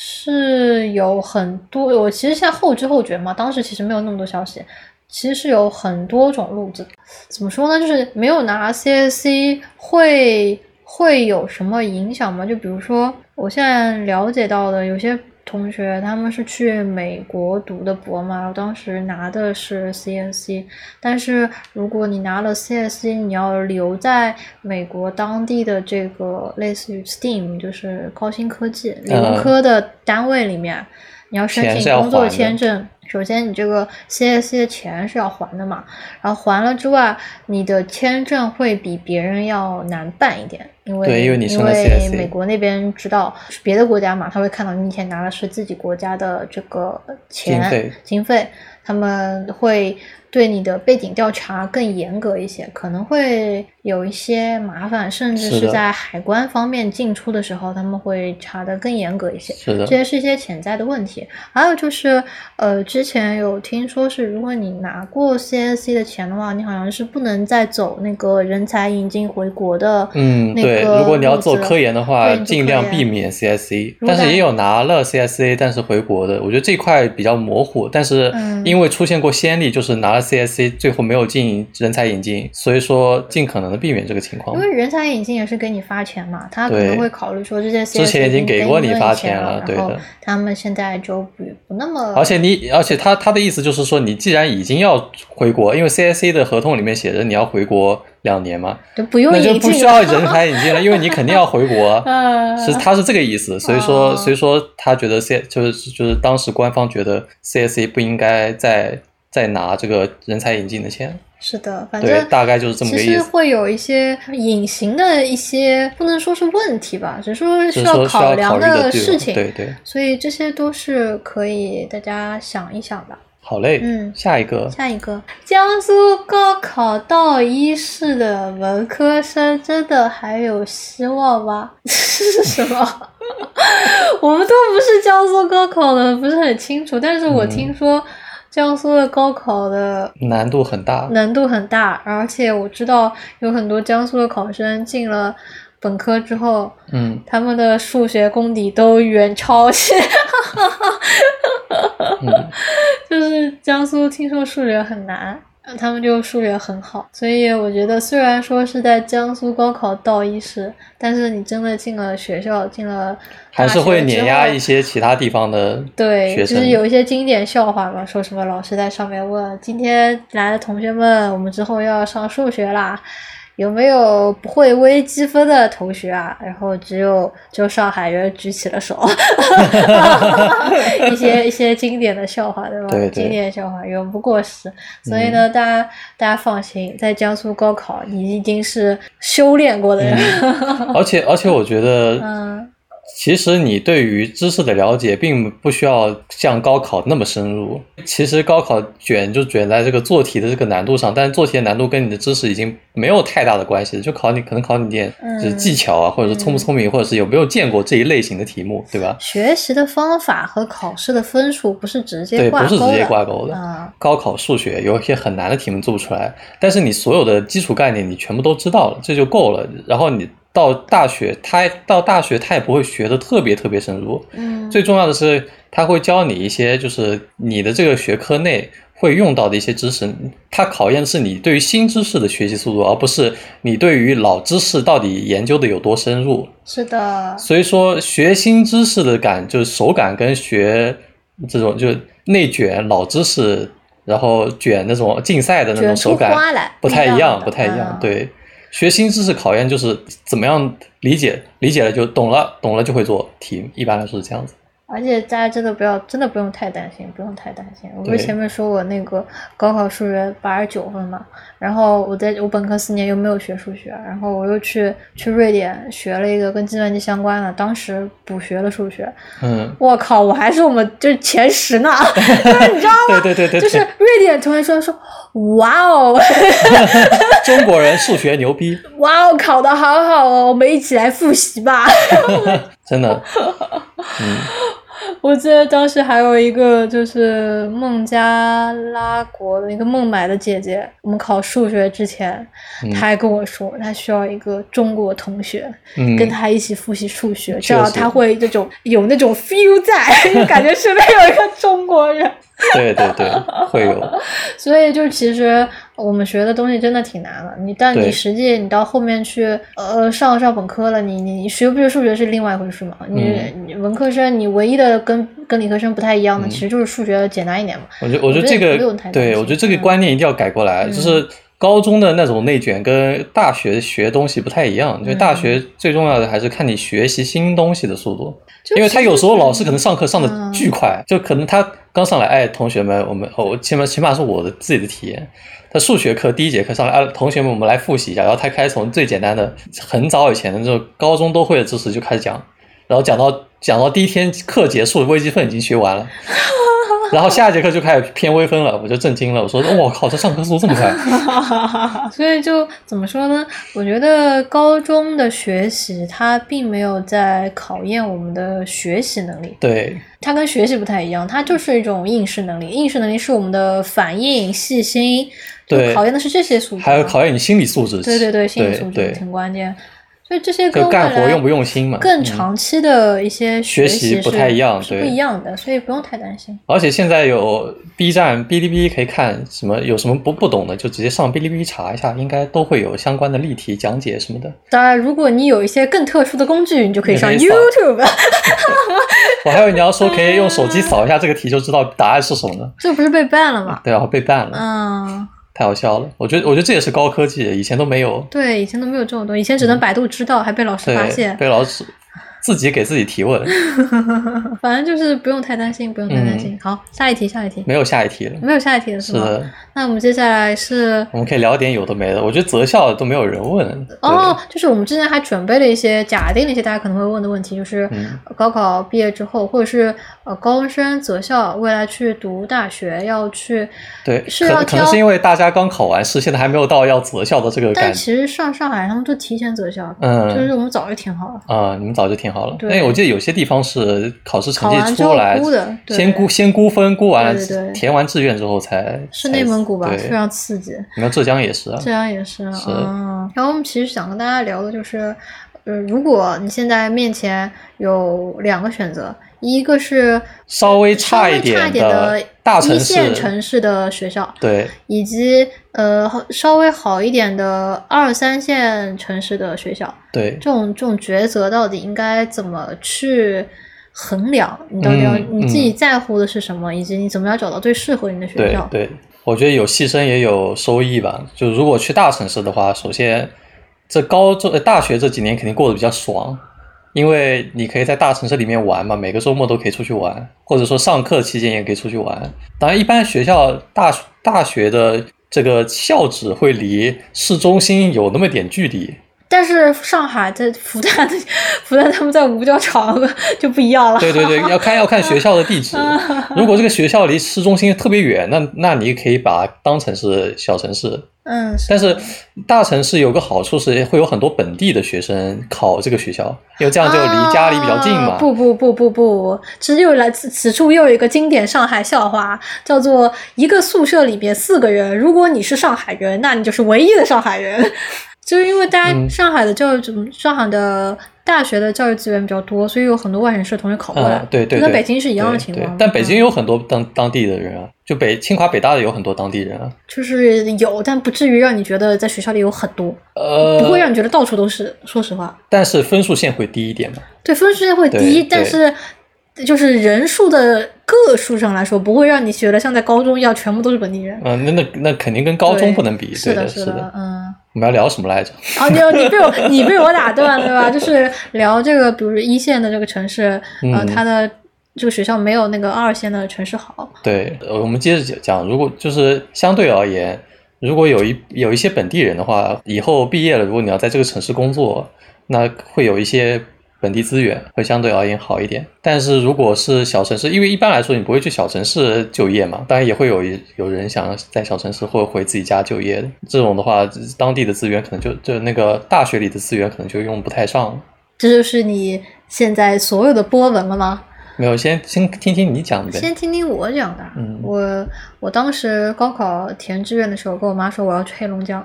是有很多，我其实现在后知后觉嘛，当时其实没有那么多消息，其实是有很多种路子。怎么说呢？就是没有拿 CSC 会会有什么影响吗？就比如说我现在了解到的有些。同学他们是去美国读的博嘛，我当时拿的是 CSC，但是如果你拿了 CSC，你要留在美国当地的这个类似于 STEAM，就是高新科技理工科的单位里面，你要申嗯钱是请要工作还的签证。首先，你这个 CSC 的钱是要还的嘛，然后还了之外，你的签证会比别人要难办一点，因为对因为你申了 CSC 美国那边知道是别的国家嘛，他会看到你以前拿的是自己国家的这个钱经费经费他们会对你的背景调查更严格一些，可能会有一些麻烦，甚至是是的在海关方面进出的时候，他们会查得更严格一些。是的这，些是一些潜在的问题。还有就是，呃，之前有听说是，如果你拿过 CSC 的钱的话，你好像是不能再走那个人才引进回国的。嗯，那对，个如果你要路做子科研的对话，你做尽科量研避免 CSC，如但是果也有拿了 CSC 但是回国的，我觉得这块比较模糊。但是嗯因为出现过先例，就是拿了 CSC 最后没有进人才引进，所以说尽可能的避免这个情况因。为人才引进也是给你发钱嘛，他可能对会考虑说这件 CSC 之前已经给给过你你发钱钱了对然后的他们现在就不不那么，而且你，而且他他的意思就是说，你既然已经要回国，因为 CSC 的合同里面写着你要回国两年嘛，就不用那引进就不需了要人才引进了，因为你肯定要回 [LAUGHS] 国。呃，是他是这个意思，所以说哦所以说他觉得 C 就是就是当时官方觉得 CSC 不应该再再拿这个人才引进的钱，是的，反对正，大概就是这么其个意实思。会有一些隐形的一些，不能说是问题吧，只是说需只是说需考要量虑的地事方情。对对，所以这些都是可以大家想一想吧。好嘞，嗯下一个下一个，江苏高考到一试的文科生真的还有希望吗？ [LAUGHS] 这是什么？ [LAUGHS] 我们都不是江苏高考的，不是很清楚。但是我嗯听说江苏的高考的难度很大，难度很大，而且我知道有很多江苏的考生进了本科之后，嗯他们的数学功底都远超 [LAUGHS] 前， [LAUGHS] 嗯，就是江苏听说数学很难。呃他们就数学很好，所以我觉得虽然说是在江苏高考到一试，但是你真的进了学校，进了还是会大学之碾压后一些其他地 [LAUGHS] 方的对，学就是生有一些经典笑话嘛，说什么老师在上面问今天来的同学们，我们之后要上数学啦，有没有不会微积分的同学啊？然后只有只有上海人举起 [LAUGHS] 了手， [LAUGHS] 一些一些经典的笑话，对吧？对对嗯经典笑话永不过时。所以呢，大家大家放心，在江苏高考，你已经是修炼过的人。而且而且，我觉得 [LAUGHS] 嗯，其实你对于知识的了解，并不需要像高考那么深入。其实高考卷就卷在这个做题的这个难度上，但是做题的难度跟你的知识已经没有太大的关系了，就考你可能考你点就是嗯技巧啊，或者是聪不聪明，或者是有没有见过这一类型的题目，对吧？学习的方法和考试的分数不是直接对，挂不钩是的。直接挂钩的。啊高考数学有一些很难的题目做不出来，但是你所有的基础概念你全部都知道了，这就够了。然后你到大学，他到大学他也不会学的特别特别深入。嗯，最重要的是，他会教你一些就是你的这个学科内会用到的一些知识，它考验的是你对于新知识的学习速度，而不是你对于老知识到底研究的有多深入。是的，所以说，学新知识的感就是手感跟学这种就内卷老知识，然后卷那种竞赛的那种卷出手感花来，不太一样，的不太一样嗯。对，学新知识考验就是怎么样理解，理解了就懂了，懂了就会做题，一般来说是这样子。而且大家真的不要，真的不用太担心，不用太担心。我不是对前面说我那个高考数学八十九分嘛，然后我在我本科四年又没有学数学，然后我又去去瑞典学了一个跟计算机相关的，当时补学了数学，嗯，我靠，我还是我们就是前十 [LAUGHS] 呢，就是你知道吗？对对对对，就是对瑞典同学说说，哇哦， [LAUGHS] 中国人数学牛逼，哇哦，考得好好哦，我们一起来复习吧。真的。嗯，我记得当时还有一个就是孟加拉国的一个孟买的姐姐，我们考数学之前，嗯她还跟我说，她需要一个中国同学、嗯，跟她一起复习数学，确这样实她会这种有那种 feel 在， [LAUGHS] 就感觉身边有一个中国人。对对对，会有，所以就其实我们学的东西真的挺难的，你但你对实际你到后面去呃上上本科了，你你你学不学数学是另外一回事嘛。你,、你文科生你唯一的跟跟理科生不太一样的，嗯其实就是数学简单一点嘛。我觉得我觉我觉得得这也不个用太担对心我觉得这个嗯观念一定要改过来，嗯就是高中的那种内卷跟大学学东西不太一样，因为大嗯学最重要的还是看你学习新东西的速度。就因为他其实有时候就是老师可能上课上嗯的巨快，就可能他刚上来，哎，同学们，我们哦，我起码起码是我的自己的体验。他数学课第一节课上来，哎，同学们，我们来复习一下。然后他开始从最简单的，很早以前的就高中都会的知识就开始讲，然后讲到讲到第一天课结束，微积分已经 [LAUGHS] 学完了，然后下一节课就开始偏微分了，我就震惊了，我说，我、靠，这上课速度这么 [LAUGHS] 快，啊所以就怎么说呢？我觉得高中的学习它并没有在考验我们的学习能力，对，它跟学习不太一样，它就是一种应试能力。应试能力是我们的反应、细心，就对考验的是这些素质。啊还有考验你心理素质，对对对，心理素质对挺关键。所以这些对，跟就未干活来用不用心嘛，更嗯长期的一些学习习是不太一样是不对一样的，所以不用太担心。而且现在有 B 站、哔哩哔哩可以看，什么有什么不不懂的，就直接上哔哩哔哩查一下，应该都会有相关的例题讲解什 [LAUGHS] 么的。当然，如果你有一些更特殊的工具，你就可以也上可以扫 YouTube。我还以为你要说可以用手机扫一下这个题就知道答案是什么呢？这不是被 ban 了吗？对啊，被办了，嗯，太好笑了。我觉得，我觉得这也是高科技，以前都没有。对，以前都没有这种东西，以前只能百度知道，还被老师发嗯对，现。被老师自己给自己提问， [LAUGHS] 反正就是不用太担心，不用太担心。好，下一题，下一题，没有下一 [LAUGHS] 题了。没有下一题了是嗯是吗？的，那我们接下来是我们可以聊点有的没的。我觉得择校都没有人问。对哦，，就是我们之前还准备了一些假定了一些大家可能会问的问题，就是嗯高考毕业之后，或者是呃高中生择校，未来去读大学要去，对，是可要能可能挑是因为大家刚考完试，现在还没有到要择校的这个但感觉。其实上上海他们就提前择校，嗯，就是我们早就填好了，啊、你们早就挺好了。对哎，我记得有些地方是考试成考完绩之出后来，估的，对先估先估分，估完了对对对填完志愿之后才。是才内蒙古吧，对非，常刺激。你看浙江也是啊。这样也是啊。是嗯然后我们其实想跟大家聊的就是，呃，如果你现在面前有两个选择，一个是稍微稍差微一差点一点的大城一线市城市的学校，对，以及呃稍微好一点的二三线城市的学校，对，这种这种抉择到底应该怎么去？衡量你到底要、嗯你自己嗯在乎的是什么，以及你怎么样找到最适合你的学对校。对，我觉得有牺牲也有收益吧。就如果去大城市的话，首先这高中、呃、大学这几年肯定过得比较爽，因为你可以在大城市里面玩嘛，每个周末都可以出去玩，或者说上课期间也可以出去玩。当然，一般学校大大学的这个校址会离市中心有那么点距离，但是上海在 [LAUGHS] 复旦的复旦他们在五角场 [LAUGHS] 就不一样了。对对对，要看要看学校的地址。如果这个学校离市中心特别远，那那你可以把它当成是小城市，嗯，但是大城市有个好处是会有很多本地的学生考这个学校，因为这样就离家里比较近嘛。啊不不不不不，这又来此此处又有一个经典上海笑话，叫做一个宿舍里边四个人，如果你是上海人，那你就是唯一的上海人。 [LAUGHS] 就是因为大家嗯上海的教育，嗯、上海的大学的教育资源比较多，所以有很多外省市的同学考过来，嗯，对对就跟对北京是一样的对情对况。但北京嗯、有很多当当地的人啊，就北清华北大的有很多当地人啊。就是有，但不至于让你觉得在学校里有很多，不会啊呃，让你觉得到处都是。说实话，但是分数线会低一点嘛。对，分数线会低，对但是就是人数的个数上来说，不会让你觉得像在高中一样全部都是本地人。嗯、那那那肯定跟高中对不能比。是对的，是的，。嗯。我们要聊什么来着？啊，你你被我你被我打断了，对吧？就是聊这个，比如一线的这个城市，呃，嗯它的这个学校没有那个二线的城市好。对，呃我们接着讲，如果就是相对而言，如果有一有一些本地人的话，以后毕业了，如果你要在这个城市工作，那会有一些本地资源，会相对而言好一点。但是如果是小城市，因为一般来说你不会去小城市就业嘛，当然也会有一有人想要在小城市或者回自己家就业的，这种的话，当地的资源可能就就那个大学里的资源可能就用不太上了。这就是你现在所有的波纹了吗？没有，先先听听你讲呗。先听听我讲的。嗯我我当时高考填志愿的时候，跟我妈说我要去黑龙 [LAUGHS] 江，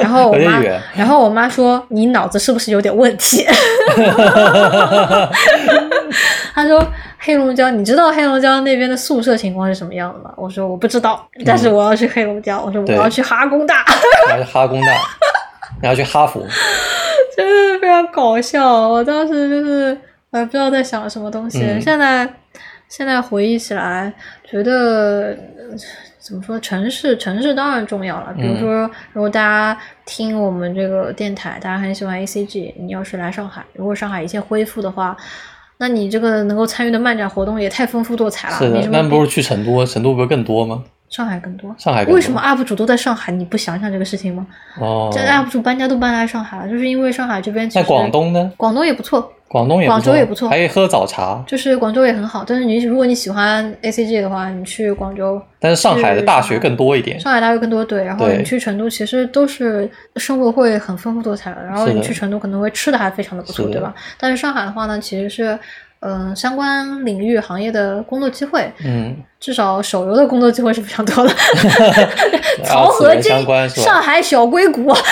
然后我有妈点远，然后我妈说你脑子是不是有点问 [LAUGHS] 题？她说黑龙江，你知道黑龙江那边的宿舍情况是什么样的吗？我说我不知道，但是我要去黑龙江，我说我嗯对要去哈工大。然后去哈工大，然后去哈佛， [LAUGHS] 真的非常搞笑。我当时就是呃不知道在想什么东西，嗯现在现在回忆起来，觉得呃怎么说，城市城市当然重要了。比如嗯说，如果大家听我们这个电台，大家很喜欢 ACG，你要是来上海，如果上海一切恢复的话。那你这个能够参与的漫展活动也太丰富多彩了，是啊没的什，么那不比是去成都，成都不是更多吗？上海更多。上海更多为什么 UP 主都在上海？你不想想这个事情吗？哦这，UP 主搬家都搬来上海了，就是因为上海这边其那实广东呢？广东也不错，广东也广州也不错还可以喝早茶，就是广州也很好。但是你如果你喜欢 ACG 的话，你去广州、但是上海的大学更多一点。上海大学更多对，然后对你去成都，其实都是生活会很丰富多彩的。然后是的你去成都可能会吃的还非常的不错，是的对吧？但是上海的话呢，其实是嗯、呃相关领域行业的工作机会，嗯，至少手游的工作机会是非常多 [LAUGHS] 的。然曹后和此人金相关，是上吧？啊海小硅谷。 [LAUGHS]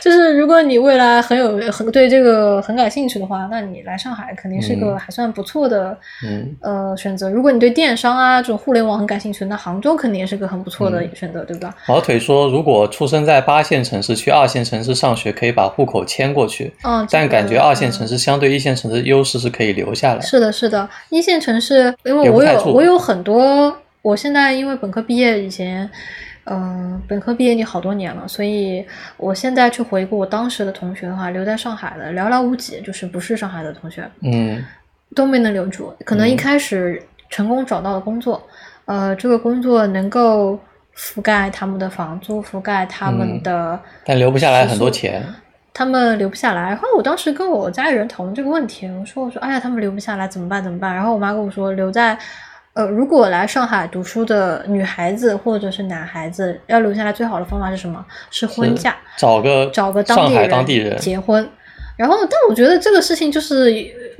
就是如果你未来很有很对这个很感兴趣的话，那你来上海肯定是个嗯还算不错的、嗯，呃选择。如果你对电商啊这种互联网很感兴趣，那杭州肯定也是个很不错的嗯选择，对吧？毛腿说，如果出生在八线城市，去二线城市上学，可以把户口迁过去，嗯，这但个感觉二线城嗯市相对一线城市优势是可以留下来。是的，是的，一线城市，因为也不我太有住我有很多，我现在因为本科毕业以前，嗯、本科毕业已经好多年了，所以我现在去回顾我当时的同学的话，留在上海的寥寥无几，就是不是上海的同学嗯，都没能留住，可能一嗯开始成功找到了工作，呃，这个工作能够覆盖他们的房租，覆盖他们嗯的、但留不下来很食多宿钱。他们留不下来。然后我当时跟我家里人讨论这个问题，我说我说哎呀，他们留不下来怎么办怎么办？然后我妈跟我说，留在呃，如果来上海读书的女孩子或者是男孩子要留下来，最好的方法是什么？是婚是嫁，找个找个上当地海人当地人结婚。然后，但我觉得这个事情就是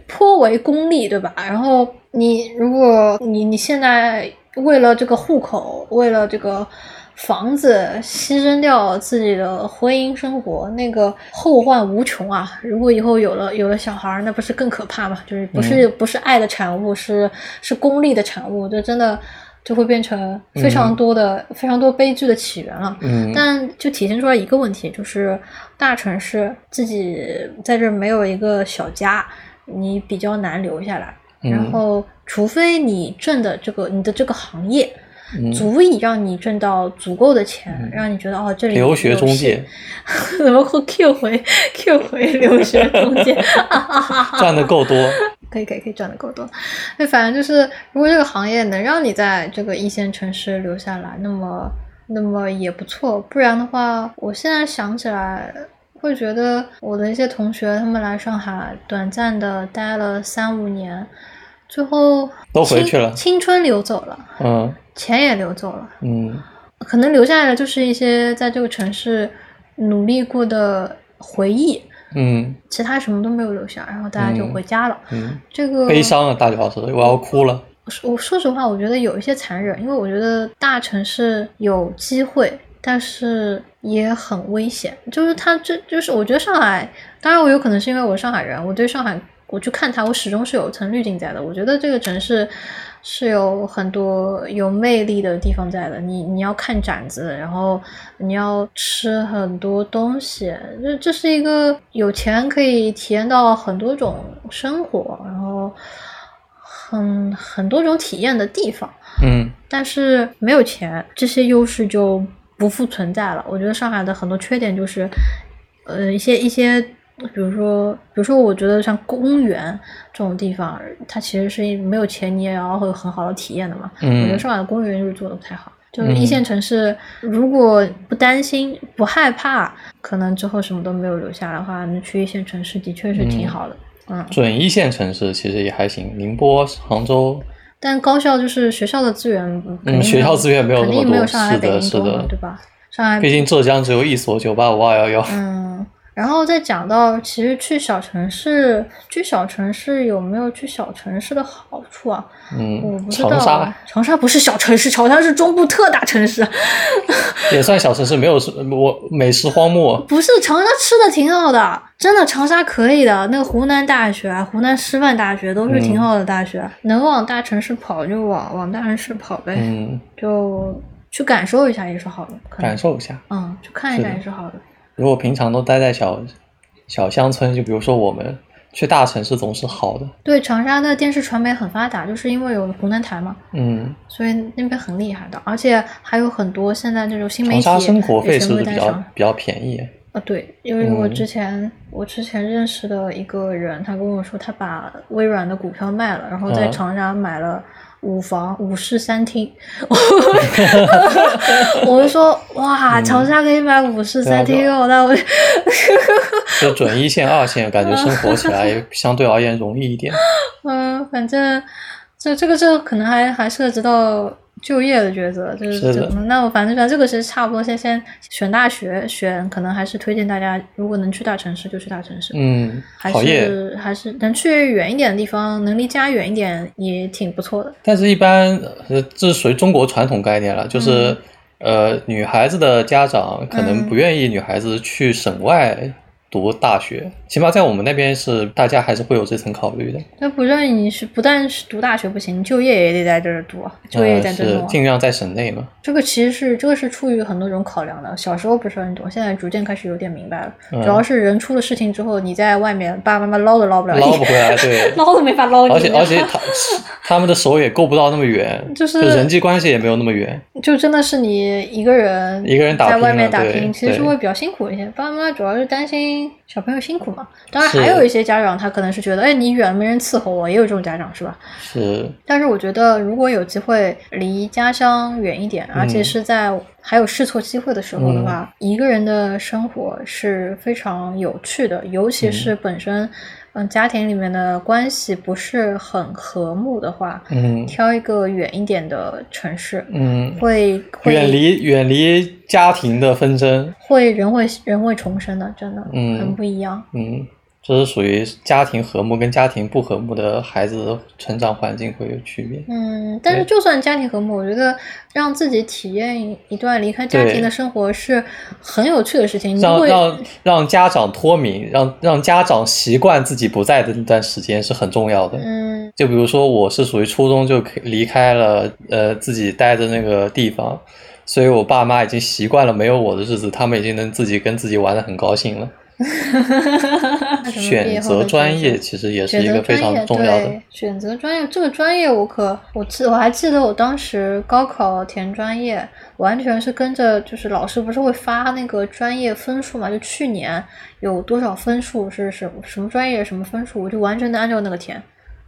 颇为功利，对吧？然后你如果你你现在为了这个户口，为了这个房子，牺牲掉自己的婚姻生活，那个后患无穷啊！如果以后有了有了小孩儿，那不是更可怕吗？就是不是、不是爱的产物，是是功利的产物，这真的就会变成非常嗯多的、非常多悲剧的起源了。嗯，但就体现出来一个问题，就是大城市自己在这儿没有一个小家，你比较难留下来。然嗯后，除非你挣的这个你的这个行业嗯足以让你挣到足够的钱，嗯让你觉得哦，这里留学有中戏介 [LAUGHS] 怎么会 Q 回 Q 回留学中介？ [LAUGHS] 赚的够多，可以可以可以赚的够多。那反正就是，如果这个行业能让你在这个一线城市留下来，那么那么也不错。不然的话，我现在想起来。会觉得我的一些同学，他们来上海短暂的待了三五年，最后都回去青了青春流走了，嗯钱也流走了，嗯可能留下来的就是一些在这个城市努力过的回忆，嗯 [LAUGHS] 其他什么都没有留下，然后大家就嗯回家了。嗯，这个悲伤了，大刘老师，我要哭了。说我说实话，我觉得有一些残忍，因为我觉得大城市有机会，但是也很危险。就是它这就是我觉得上海，当然我有可能是因为我是上海人，我对上海我去看它，我始终是有一层滤镜在的。我觉得这个城市是有很多有魅力的地方在的。你你要看展子，然后你要吃很多东西，这这是一个有钱可以体验到很多种生活，然后。很很多种体验的地方，嗯但是没有钱，这些优势就不复存在了。我觉得上海的很多缺点就是，呃，一些一些，比如说，比如说，我觉得像公园这种地方，它其实是没有钱你也要会有很好的体验的嘛。我觉得嗯上海的公园就是做的不太好。就是一嗯线城市，如果不担心、不害怕，可能之后什么都没有留下的话，那去一线城市的确是挺嗯好的。嗯准一线城市其实也还行，宁波、杭州，但高校就是学校的资源，嗯肯定嗯学校资源没有肯那么定没有多上海、是北的京是多嘛，的对吧？上海，毕竟浙江只有一所九八五二幺幺。嗯，然后再讲到，其实去小城市，去小城市有没有去小城市的好处啊？我嗯，不知长道沙啊，长沙不是小城市，长沙是中部特大城市， [LAUGHS] 也算小城市，没有什我美食 [LAUGHS] 荒漠。不是长沙吃的挺好的，真的长沙可以的。那个湖南大学、啊、湖南师范大学都是挺嗯好的大学，能往大城市跑就往往大城市跑呗，嗯，就去感受一下也是好的，可能感受一下。嗯，去看一下是的也是好的。如果平常都待在小小乡村，就比如说我们去大城市总是好的。对，长沙的电视传媒很发达，就是因为有湖南台嘛，嗯，所以那边很厉害的，而且还有很多现在这种新媒长体沙生活费也是全不部是在比较长比较便宜？啊，对，因为我嗯之前、我之前认识的一个人，他跟我说他把微软的股票卖了，然后在嗯长沙买了五房五室三 [LAUGHS] 厅，我就说哇，长沙可以买五室嗯对啊三对厅哦，那我就准一线、二线，感觉生活起来 [LAUGHS] 相对而言容易一点。嗯，反正这这个这个可能还还涉及到就业的抉择，就是是怎的么那我反正反正这个是差不多先先选大学选，可能还是推荐大家如果能去大城市就去大城市，嗯，还好业。是还是能去远一点的地方，能离家远一点也挺不错的。但是，一般呃，这是属于中国传统概念了，就是、呃，女孩子的家长可能嗯不愿意女孩子去省外读大学，起码在我们那边是大家还是会有这层考虑的，那不让你是不但是读大学不行，就业也得在这儿读啊，就业也在呃、这儿是弄啊。尽量在省内嘛。这个其实是这个是出于很多种考量的。小时候不是很懂，现在逐渐开始有点明白了。嗯主要是人出了事情之后，你在外面爸爸妈妈捞都捞不了你，捞不回来对 [LAUGHS] 捞都没法捞你。而且而且他他们的手也够不到那么远，就是人际关系也没有那么远。 [LAUGHS] 就真的是你一个人一个人打在拼外面了打对拼，其实是对会比较辛苦一些。爸爸妈妈主要是担心小朋友辛苦嘛。当然是还有一些家长他可能是觉得，哎，你远了没人伺候我，也有这种家长是吧？是，但是我觉得如果有机会离家乡远一点，嗯而且是在还有试错机会的时候的话，一个人的生活是非常有趣的，尤其是本身嗯家庭里面的关系不是很和睦的话，嗯挑一个远一点的城市。嗯，会会远离远离家庭的纷争，会人会人会重生的，真的，嗯很不一样。嗯，这是属于家庭和睦跟家庭不和睦的孩子成长环境会有区别。嗯，但是对就算家庭和睦，我觉得让自己体验一段离开家对庭的生活是很有趣的事情。你让嗯会让让家长脱敏，让让家长习惯自己不在的那段时间是很重要的。 [LAUGHS] 嗯就比如说，我是属于初中就可以离开了，呃，自己待的那个地方，所以我爸妈已经习惯了没有我的日子，他们已经能自己跟自己玩的很高兴了。选择专业其实也是选一择个非专业常重要的对，选择专业这个专业，我可我记我还记得我当时高考填专业，完全是跟着就是老师不是会发那个专业分数嘛？就去年有多少分数是什么什么专业什么分数，我就完全的按照那个填，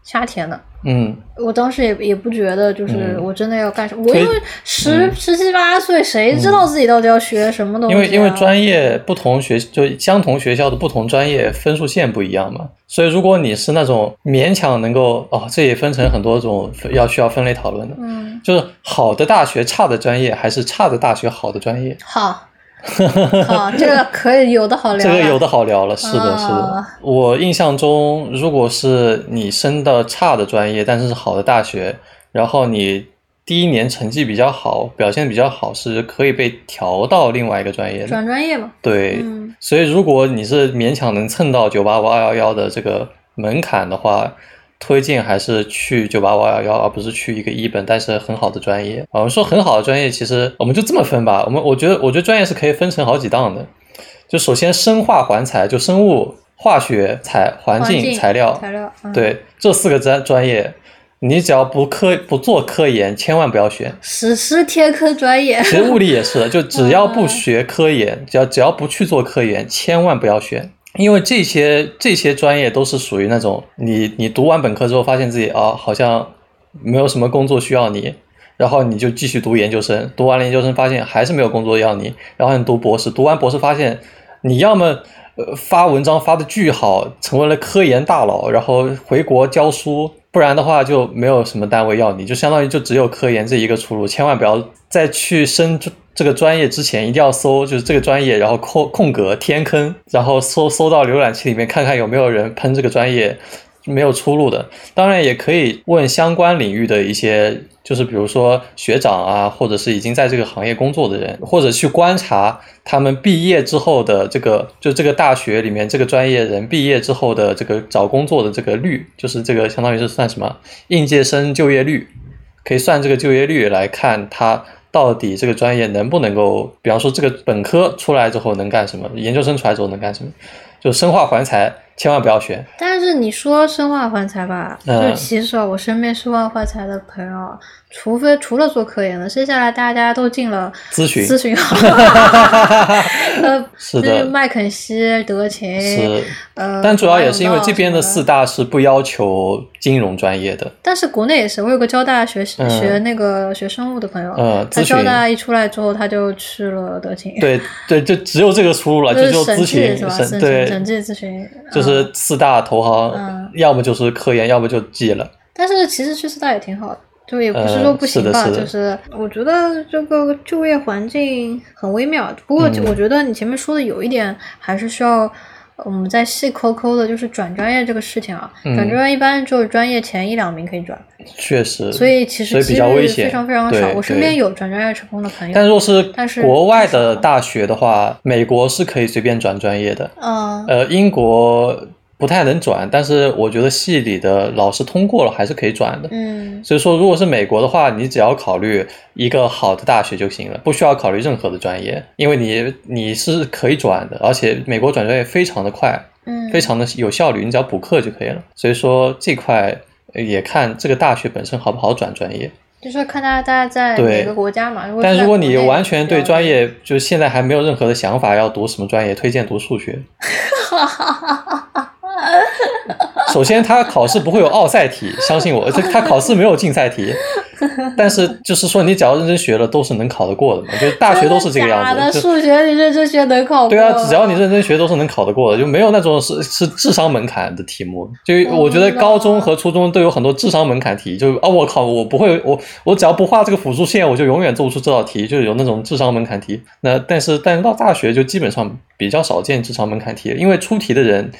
瞎填的。嗯，我当时也也不觉得，就是嗯我真的要干什么。我推因为十嗯十七八岁，谁知道自己到底要学什么东西、因啊为因为专业不同学就相同学校的不同专业分数线不一样嘛，所以如果你是那种勉强能够哦，这也分成很多种要需要分类讨论的，嗯，就是好的大学差的专业还是差的大学好的专业，好，好，这个可以有的好聊这了。个有的好聊了，是的，啊是的。我印象中，如果是你升的差的专业，但是是好的大学，然后你第一年成绩比较好，表现比较好，是可以被调到另外一个专业的。转专业嘛，对，嗯所以如果你是勉强能蹭到九八五二幺幺的这个门槛的话，推荐还是去九八五二幺幺，而不是去一个一本但是很好的专业。啊，我们说很好的专业，其实我们就这么分吧。我们我觉得，我觉得专业是可以分成好几档的。就首先生化环材，就生物、化学、材、环环境、境材料，材料，嗯、，对这四个专专业，你只要不科不做科研，千万不要选。史诗贴科专业， [LAUGHS] 其实物理也是的，就只要不嗯学科研，只要只要不去做科研，千万不要选，因为这些这些专业都是属于那种你你读完本科之后，发现自己啊好像没有什么工作需要你，然后你就继续读研究生，读完了研究生发现还是没有工作要你，然后你读博士，读完博士发现你要么。呃，发文章发的巨好，成为了科研大佬，然后回国教书，不然的话就没有什么单位要你，就相当于就只有科研这一个出路，千万不要再去升这个专业之前一定要搜，就是这个专业，然后空空格天坑，然后搜搜到浏览器里面看看有没有人喷这个专业没有出路的。当然也可以问相关领域的一些，就是比如说学长啊，或者是已经在这个行业工作的人，或者去观察他们毕业之后的这个，就这个大学里面这个专业人毕业之后的这个找工作的这个率，就是这个相当于是算什么应届生就业率，可以算这个就业率来看他。到底这个专业能不能够，比方说这个本科出来之后能干什么，研究生出来之后能干什么？就生化环材千万不要学。但是你说生化环材吧，就嗯是其实啊我身边生化环材的朋友啊，除非除了做科研的，剩下来大家都进了咨询咨询 [LAUGHS] 行，呃，是就是的，麦肯锡、德勤，是，呃，但主要也是因华为永道这边的什么四大是不要求金融专业的，但是国内也是，我有个交大学、嗯学那个学生物的朋友，嗯哦他咨询交大一出来之后，他就去了德勤，，对对，就只有这个出路了，就就是只有审咨计询是吧？审审对审，计咨询，就是嗯四大投嗯行，要么就是科研，要么就技了。但是其实去四大也挺好的。就也不是说不行吧，嗯是的就是是我觉得这个就业环境很微妙。不过嗯我觉得你前面说的有一点还是需要我们再细抠抠的，就是转专业这个事情啊。嗯转专业一般只有专业前一两名可以转，确实，所以其呃所实几以比较危率险，非常非常对少。我身对边有转专业成功的朋友，但若是但是国外的大学的话，美国是可以随便转专业的，嗯，呃，英国不太能转，但是我觉得系里的老师通过了还是可以转的。嗯所以说，如果是美国的话，你只要考虑一个好的大学就行了，不需要考虑任何的专业，因为你你是可以转的，而且美国转专业非常的快，嗯，非常的有效率，你只要补课就可以了。所以说这块呃也看这个大学本身好不好转专业。嗯就是看大家大家在对哪个国家嘛。如果但是在如果国你内完全对比较专，业就是现在还没有任何的想法，要读什么专业，推荐读数学。首先，他考试不会有奥赛题，相信我，他他考试没有竞赛题。但是就是说，你只要认真学了，都是能考得过的嘛。就是大学都是这个真的样假子的，就。数学你认真学能考过？对啊，只要你认真学，都是能考得过的，就没有那种是 [LAUGHS] 是智商门槛的题目。就我觉得高中和初中都有很多智商门槛题，就啊，我靠，我不会，我我只要不画这个辅助线，我就永远做不出这道题，就有那种智商门槛题。那但是但是到大学就基本上比较少见智商门槛题，因为出题的人。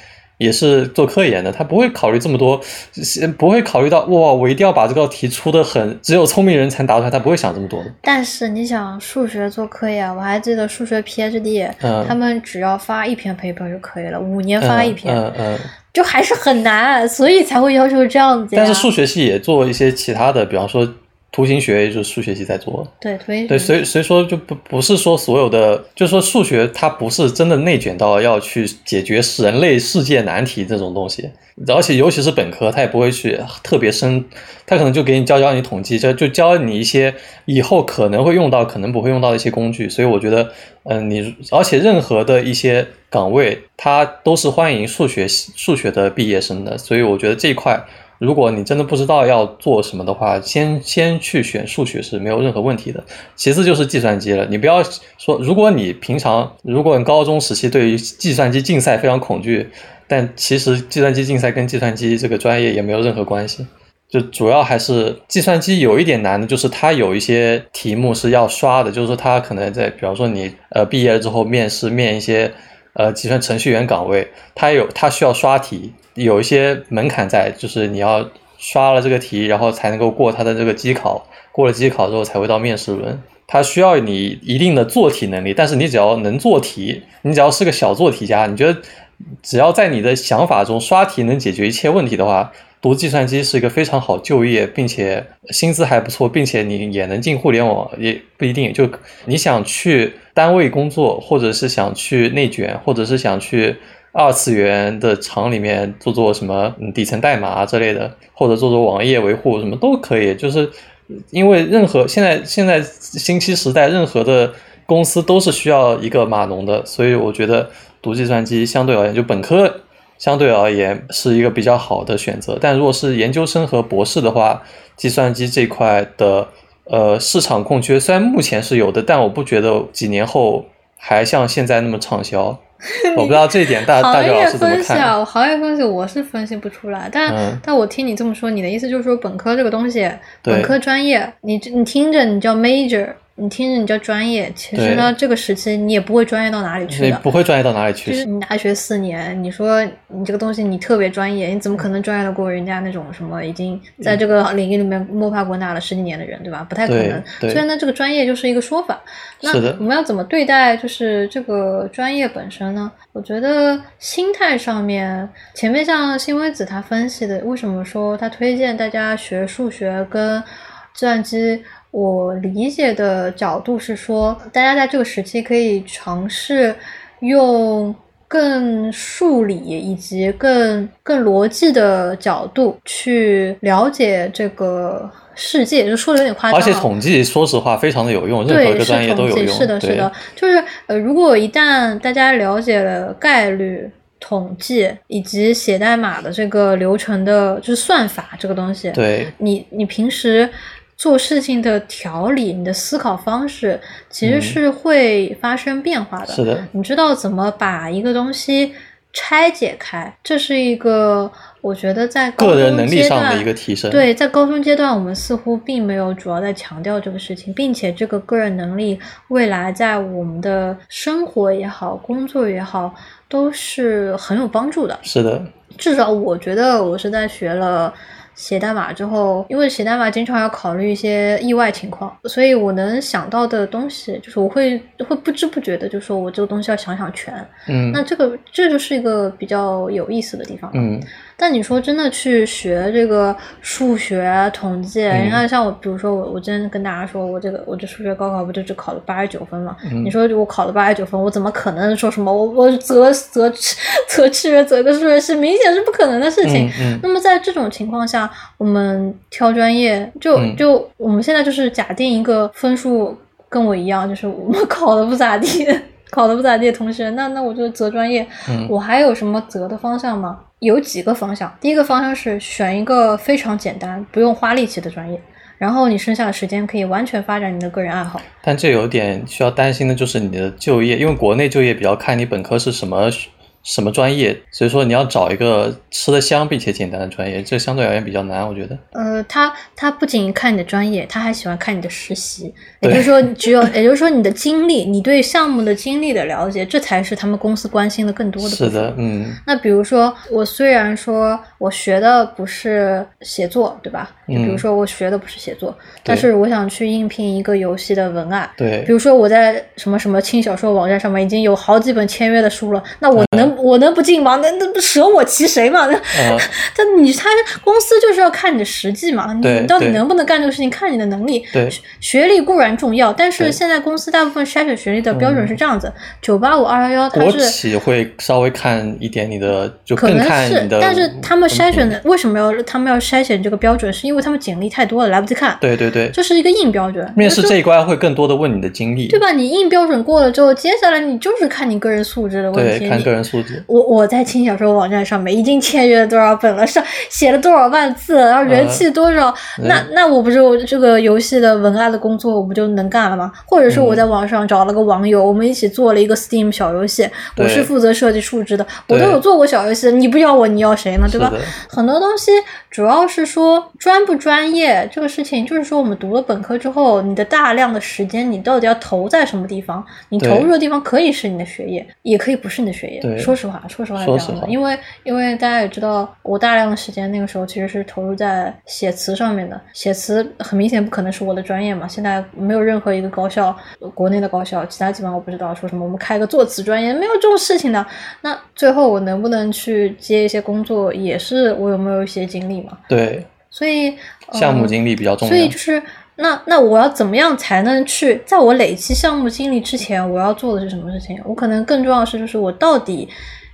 也是做科研的，他不会考虑这么多，是不会考虑到哇，我一定要把这道题出的很，只有聪明人才答出来，他不会想这么多的。但是你想数学做科研，我还记得数学 PhD，、嗯他们只要发一篇 paper 就可以了，五年发一篇，嗯嗯。嗯就还是很难，所以才会要求这样子呀。但是数学系也做一些其他的，比方说图形学，也就是数学系在做。对，所以对，所以所以说就不不是说所有的，就是说数学它不是真的内卷到要去解决人类世界难题这种东西，而且尤其是本科，它也不会去特别深，它可能就给你教教你统计，这就教你一些以后可能会用到，可能不会用到的一些工具。所以我觉得，嗯、你而且任何的一些岗位，它都是欢迎数学系数学的毕业生的，所以我觉得这一块。如果你真的不知道要做什么的话，先先去选数学是没有任何问题的。其次就是计算机了，你不要说，如果你平常，如果你高中时期对于计算机竞赛非常恐惧，但其实计算机竞赛跟计算机这个专业也没有任何关系。就主要还是计算机有一点难的，就是它有一些题目是要刷的，就是说它可能在，比方说你呃毕业了之后面试面一些呃计算程序员岗位，它有它需要刷题，有一些门槛在，就是你要刷了这个题，然后才能够过它的这个机考，过了机考之后才会到面试轮。它需要你一定的做题能力，但是你只要能做题，你只要是个小做题家，你觉得只要在你的想法中刷题能解决一切问题的话，读计算机是一个非常好就业，并且薪资还不错，并且你也能进互联网，也不一定就你想去单位工作，或者是想去内卷，或者是想去二次元的厂里面做做什么嗯底层代码啊之类的，或者做做网页维护什么都可以。就是因为任何现在现在信息时代，任何的公司都是需要一个码农的，所以我觉得读计算机相对而言，就本科相对而言是一个比较好的选择。但如果是研究生和博士的话，计算机这块的呃市场空缺虽然目前是有的，但我不觉得几年后还像现在那么畅销。我不知道这一 [LAUGHS] 点大大行舅老业师怎么分析看？啊，行业分析我是分析不出来，但、嗯但我听你这么说，你的意思就是说本科这个东西，对本科专业，你你听着你叫 major。你听着你叫专业，其实呢，这个时期你也不会专业到哪里去你的。不会专业到哪里去。就是你大学四年，你说你这个东西你特别专业，你怎么嗯可能专业的过人家那种什么已经在这个领域里面摸爬滚打了十几年的人，对吧？不太可对能。对所以呢，这个专业就是一个说法。那是的我们要怎么对待就是这个专业本身呢？我觉得心态上面，前面像新微子他分析的，为什么说他推荐大家学数学跟计算机？我理解的角度是说，大家在这个时期可以尝试用更数理以及更更逻辑的角度去了解这个世界，就说的有点夸张、而啊，且统计，说实话非常的有用，任何一对，个是专业都统有计，用。是的，是对的，就是呃，如果一旦大家了解了概率、统计以及写代码的这个流程的，就是算法这个东西，对你你平时做事情的条理、你的思考方式，其实嗯是会发生变化的。是的，你知道怎么把一个东西拆解开，这是一个我觉得在高个人中能力阶上的段一个提升对，在高中阶段，我们似乎并没有主要在强调这个事情，并且这个个人能力未来在我们的生活也好、工作也好，都是很有帮助的。是的，至少我觉得我是在学了写代码之后，因为写代码经常要考虑一些意外情况，所以我能想到的东西，就是我会会不知不觉的就说我这个东西要想想全。嗯那这个这就是一个比较有意思的地方。嗯，但你说真的去学这个数学、啊统计，嗯你看像我，比如说我，我之前跟大家说，我这个我这数学高考不就只考了八十九分嘛？嗯你说我考了八十九分，我怎么可能说什么我我择 [LAUGHS] 择择志愿择个数学系，明显是不可能的事情。嗯嗯那么在这种情况下，我们挑专业，就、嗯就我们现在就是假定一个分数跟我一样，就是我们 [LAUGHS] 考的不咋地，考的不咋地的同学，那那我就择专业。嗯我还有什么择的方向吗？有几个方向，第一个方向是选一个非常简单、不用花力气的专业，然后你剩下的时间可以完全发展你的个人爱好。但这有点需要担心的就是你的就业，因为国内就业比较看你本科是什么什么专业，所以说你要找一个吃得香并且简单的专业，这相对而言比较难，我觉得。呃，他他不仅看你的专业，他还喜欢看你的实习，也对就是说，只有 [LAUGHS] 也就是说你的经历，你对项目的经历的了解，这才是他们公司关心的更多的。是的，。嗯那比如说，我虽然说我学的不是写作，对吧？就比如嗯说我学的不是写作，但是我想去应聘一个游戏的文案，对比，如说我在什么什么轻小说网站上面已经有好几本签约的书了，那我能、我能不进吗？那那不舍我其谁嘛？那、嗯但你他公司就是要看你的实际嘛，你对你到底对能不能干这个事情，看你的能力。对学学历固然重要，但是对现在公司大部分筛选学历的标准嗯是这样子：九八五、二幺幺，它国是企会稍微看一点你的，就可更能看是你的，，但是他们筛选的，的为什么要他们要筛选这个标准？是因为他们简历太多了，来不及看，对对对，这是一个硬标准。面试这一关会更多的问你的经历，对吧？你硬标准过了之后，接下来你就是看你个人素质的问对题。看你个人素质。我我在轻小说网站上面已经签约了多少本了，上写了多少万字，然后人气多少，嗯那那我不就这个游戏的文案的工作我不就能干了吗？或者说我在嗯网上找了个网友，我们一起做了一个 Steam 小游戏，我对是负责设计数值的，我都对有做过小游戏，你不要我，你要谁呢？对吧是的？很多东西主要是说专不专业这个事情，就是说我们读了本科之后，你的大量的时间你到底要投在什么地方？你对投入的地方可以是你的学业，也可以不是你的学业。对说实话，说实话是这说样实的，话因为因为大家也知道，我大量的时间那个时候其实是投入在写词上面的，写词很明显不可能是我的专业嘛。现在没有任何一个高校，呃国内的高校，其他地方我不知道说什么，我们开个作词专业没有这种事情的。那最后我能不能去接一些工作，也是我有没有一些经历嘛。对，所以、呃、项目经历比较重要。所以就是，那那我要怎么样才能去，在我累积项目经历之前，我要做的是什么事情？我可能更重要的是，就是我到底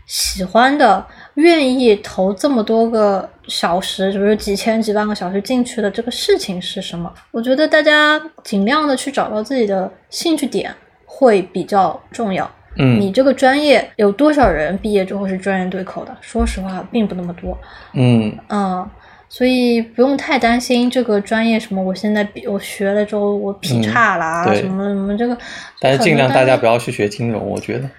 喜欢的、愿意投这么多个小时，比如几千、几万个小时进去的这个事情是什么？我觉得大家尽量的去找到自己的兴趣点会比较重要。你嗯这个专业有多少人毕业之后是专业对口的？说实话，并不那么多。嗯，嗯，所以不用太担心这个专业什么，我现在比我学了之后我劈嗯叉啦、对什么什么这个，但是尽量大家不要要去学金融，我 [LAUGHS] 觉得。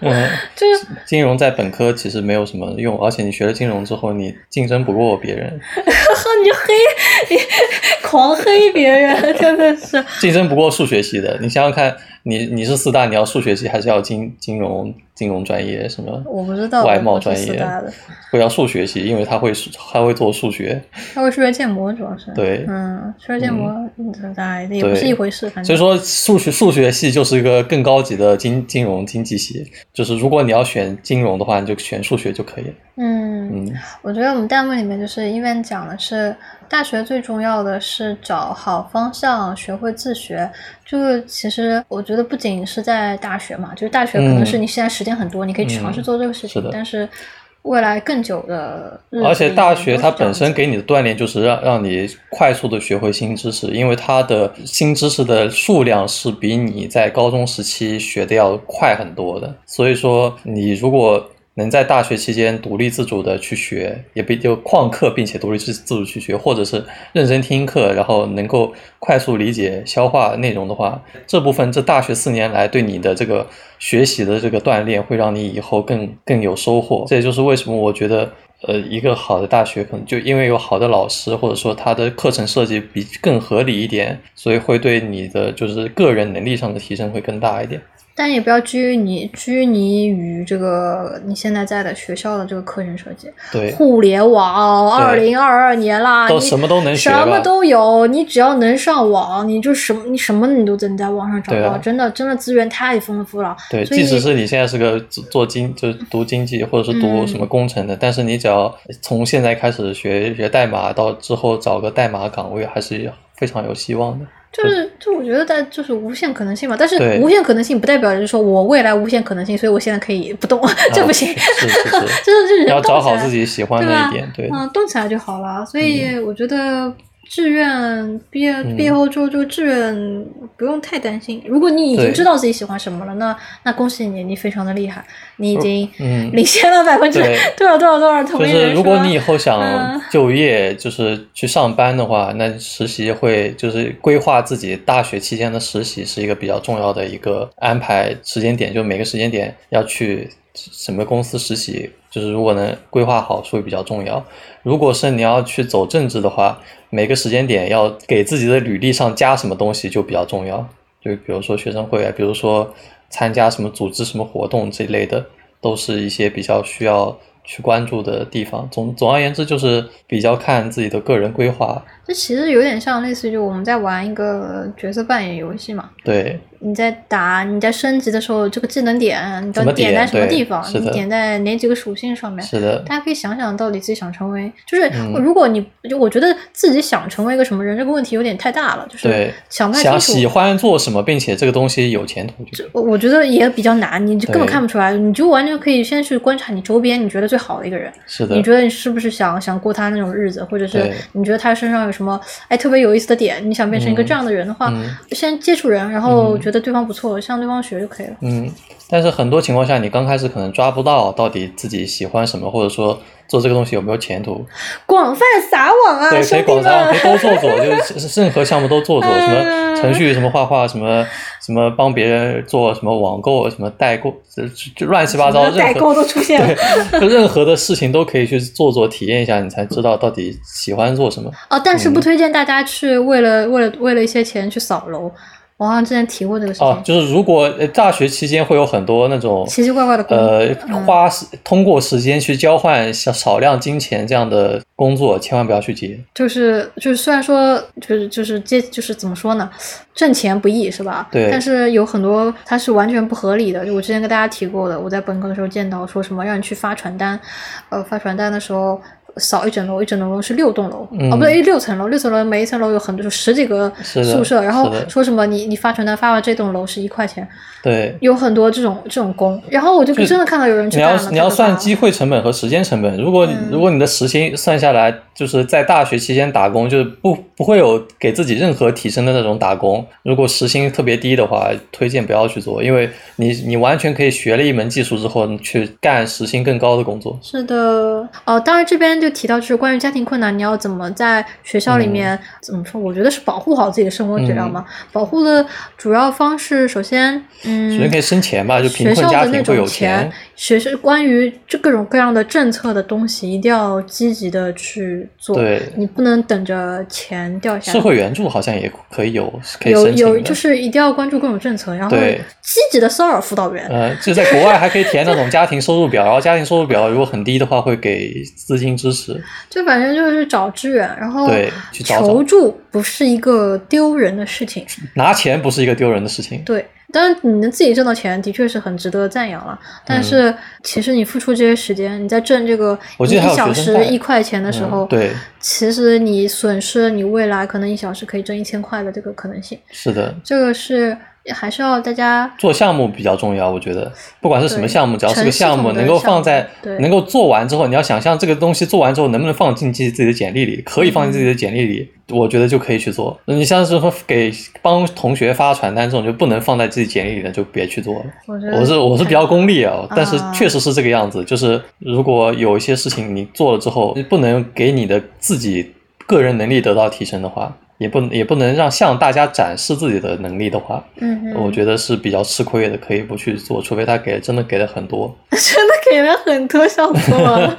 嗯，就是金融在本科其实没有什么 [LAUGHS] 用，而且你学了金融之后，你竞争不过别人。你就黑，你 [LAUGHS] 狂黑别人，真的是。竞争不过数学系的，你想想看，你你是四大，你要数学系还是要金金融金融专业什么？我不知道外贸专我不是业四大的，会要数学系，因为他会数他会做数学。他会数学建模主要是。对嗯，数学建模，嗯，大也不是一回事，反正。所以说，数学数学系就是一个更高级的金金融经济系，就是如果你要选金融的话，你就选数学就可以了。嗯，嗯，我觉得我们弹幕里面就是因为讲的是大学最重要的是找好方向，学会自学。就是其实我觉得不仅是在大学嘛，就是大学可能是嗯你现在时间很多，你可以尝试做这个事情，嗯是的但是未来更久的日子而且大学它嗯都是这样本子身给你的锻炼就是让让你快速的学会新知识，因为它的新知识的数量是比你在高中时期学的要快很多的。所以说，你如果能在大学期间独立自主的去学，也比就旷课，并且独立自自主去学，或者是认真听课，然后能够快速理解消化内容的话，这部分这大学四年来对你的这个学习的这个锻炼，会让你以后更更有收获。这也就是为什么我觉得，呃，一个好的大学可能就因为有好的老师，或者说他的课程设计比更合理一点，所以会对你的就是个人能力上的提升会更大一点。但也不要拘泥拘泥于这个你现在在的学校的这个课程设计。对，互联网二对零二二年啦，都你什么都能学什么吧。都有，你只要能上网，你就什么你什么你都能在网上找对到，啊真的真的资源太丰富了。对，所以即使是你现在是个做做经，就是读经济或者是读嗯什么工程的，但是你只要从现在开始学学代码，到之后找个代码岗位，还是非常有希望的。就是就我觉得在就是无限可能性嘛，但是对无限可能性不代表着说我未来无限可能性，所以我现在可以不动，这不行，啊 [LAUGHS] 是是是就是这人要动找起好来自己嗯喜欢对的吧一点，对，嗯，动起来就好了。所以我觉得志愿毕业毕嗯业后之后就志愿不用太担心。如果你已经对知道自己喜欢什么了，那那恭喜你，你非常的厉害，你已经嗯领先了百分之 [LAUGHS] 对多少多少多少同就龄是人。如果吧你啊以后想嗯就业，就是去上班的话，那实习会就是规划自己大学期间的实习是一个比较重要的一个安排时间点，就每个时间点要去什么公司实习，就是如果能规划好，会比较重要。如果是你要去走政治的话，每个时间点要给自己的履历上加什么东西就比较重要，就比如说学生会啊，比如说参加什么组织什么活动这类的，都是一些比较需要去关注的地方。总总而言之，就是比较看自己的个人规划。这其实有点像类似于我们在玩一个角色扮演游戏嘛。对，你在打你在升级的时候，这个技能点你到怎么底点点在什么对地方？是你的点在哪几个属性上面？是的，大家可以想想到底自己想成为，就是嗯如果你、就我觉得自己想成为一个什么人这个问题有点太大了，就是对想不太想清喜楚。欢做什么，并且这个东西有前途就。我我觉得也比较难，你就根本对看不出来，你就完全可以先去观察你周边你觉得最好的一个人，是的你，觉得你是不是想想过他那种日子，或者是对你觉得他身上有什么哎特别有意思的点，你想变成一个嗯这样的人的话，嗯先接触人，然后嗯觉得对方不错，向对方学就可以了。嗯，但是很多情况下，你刚开始可能抓不到到底自己喜欢什么，或者说做这个东西有没有前途。广泛撒网啊，对，可兄以弟广们嗯上，可！以都做做，就是任何项目都做做，什么程序，什么画画，什么什么帮别人做什么网购，什么代购，就就就乱七八糟，任代购何都出现了。对，就任何的事情都可以去做做，体验一下，你才知道到底喜欢做什么。哦，但嗯是不推荐大家去为了、为了为了一些钱去扫楼。我好像之前提过这个事情，哦，就是如果呃大学期间会有很多那种奇奇怪怪的工作嗯呃，花时通过时间去交换少少量金钱这样的工作，千万不要去接。就是就是虽然说就是就是接就是怎么说呢，挣钱不易是吧？对但是有很多它是完全不合理的，就我之前跟大家提过的，我在本科的时候见到说什么让你去发传单，呃，发传单的时候。扫一整楼，一整楼是六栋楼，嗯哦不对，六层楼，六层楼每一层楼有很多，有十几个是的宿舍，然后是的说什么你你发传单发完这栋楼是一块钱，对，有很多这种这种工，然后我就真的看到有人去你干要了。你要太可怕算了机会成本和时间成本。如果你、嗯如果你的时薪算下来，就是在大学期间打工，就是不不会有给自己任何提升的那种打工。如果时薪特别低的话，推荐不要去做，因为你你完全可以学了一门技术之后，你去干时薪更高的工作。是的，哦，当然这边就提到就是关于家庭困难，你要怎么在学校嗯里面、怎么说？我觉得是保护好自己的生活质量嘛。保护的主要方式，首先，首先嗯可，以生钱吧，就贫学困校家的那庭会有种学是关于这各种各样的政策的东西，一定要积极的去去做，对你不能等着钱掉下来社。会援助好像也可以有，是可以有申请有的。就是一定要关注各种政策，然后对积极的骚扰辅导员。呃，就在国外还可以填那种家庭收入表，然后家庭收入表如果很低的话，会给资金支持。就反正就是找支援，然后对去找嗯找求助不是一个丢人的事情，拿钱不是一个丢人的事情，对。当然，你能自己挣到钱，的确是很值得赞扬了。嗯但是，其实你付出这些时间，你在挣这个我一记得还有一小学生贷时一块钱的时候，嗯对，其实你损失你未来可能一小时可以挣一千块的这个可能性，是的。这个是还是要大家做项目比较重要，我觉得，不管是什么对项目，只要是个成系统项目的能够项放目在对能够做完之后，你要想象这个东西做完之后能不能放进自己的简历里，可以嗯放进自己的简历里，我觉得就可以去做。你像是说给帮同学发传单这种，就不能放在自己简历里的，就别去做了。我觉得我是我是比较功利啊，但是啊确实是这个样子，就是如果有一些事情你做了之后，不能给你的自己个人能力得到提升的话，也不也不能让向大家展示自己的能力的话，嗯哼，我觉得是比较吃亏的，可以不去做，除非他给真的给的很多。 [LAUGHS] 真的给了很多笑死我 [LAUGHS] 了。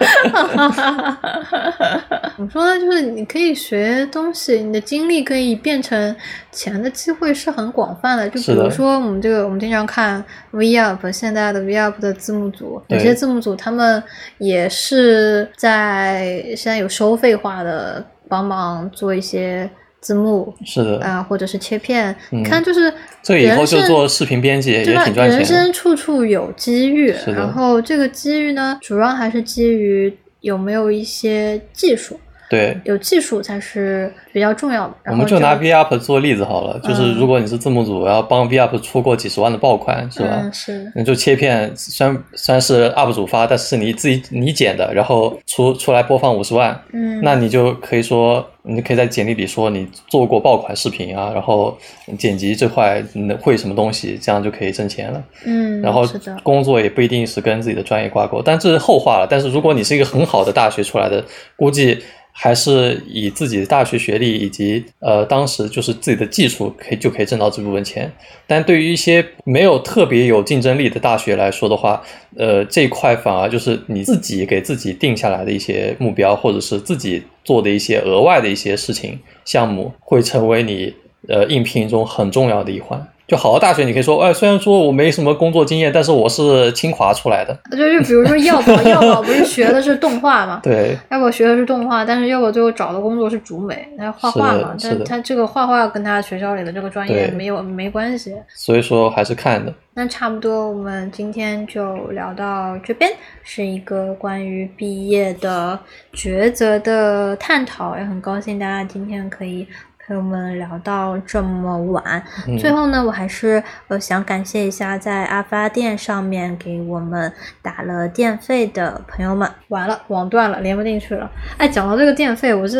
怎么说呢？就是你可以学东西，你的精力可以变成钱的机会是很广泛的。就比是如的说我们这个，我们经常看 V Up 现在的 V Up 的字幕组，有对些字幕组他们也是在现在有收费化的，帮忙做一些字幕。是的，啊、或者是切片，嗯你看，就是这以后人就生做视频编辑也对吧挺赚人钱的。生处处有机遇是，的然后这个机遇呢，主要还是基于有没有一些技术，对，有技术才是比较重要的。我然后们就拿这 V Up 做例子好了，就是嗯如果你是字幕组，要帮 V Up 出过几十万的爆款，是个吧？嗯，是那就切片，虽然虽然是 UP 主发，但是你自己你剪的，然后出出来播放五十万，嗯，那你就可以说，你可以在简历里说你做过爆款视频啊，然后剪辑这块你会什么东西，这样就可以挣钱了。嗯，然后是的，工作也不一定是跟自己的专业挂钩，但这是后话了。但是如果你是一个很好的大学出来的，估计还是以自己的大学学历以及呃当时就是自己的技术，可以就可以挣到这部分钱。但对于一些没有特别有竞争力的大学来说的话，呃，这一块反而就是你自己给自己定下来的一些目标，或者是自己做的一些额外的一些事情项目，会成为你呃应聘中很重要的一环。就好的大学，你可以说，哎，虽然说我没什么工作经验，但是我是清华出来的，就是比如说药宝，药宝不是学的是动画嘛？对，要不学的是动画，但是要不最后找的工作是竹美，他画画嘛，是的是但的他这个画画跟他学校里的这个专业对没有没关系。所以说还是看的。那差不多，我们今天就聊到这边，是一个关于毕业的抉择的探讨，也很高兴大家今天可以陪我们聊到这么晚。嗯、最后呢，我还是呃想感谢一下在阿发店上面给我们打了电费的朋友们。完了，网断了，连不进去了。哎，讲到这个电费，我是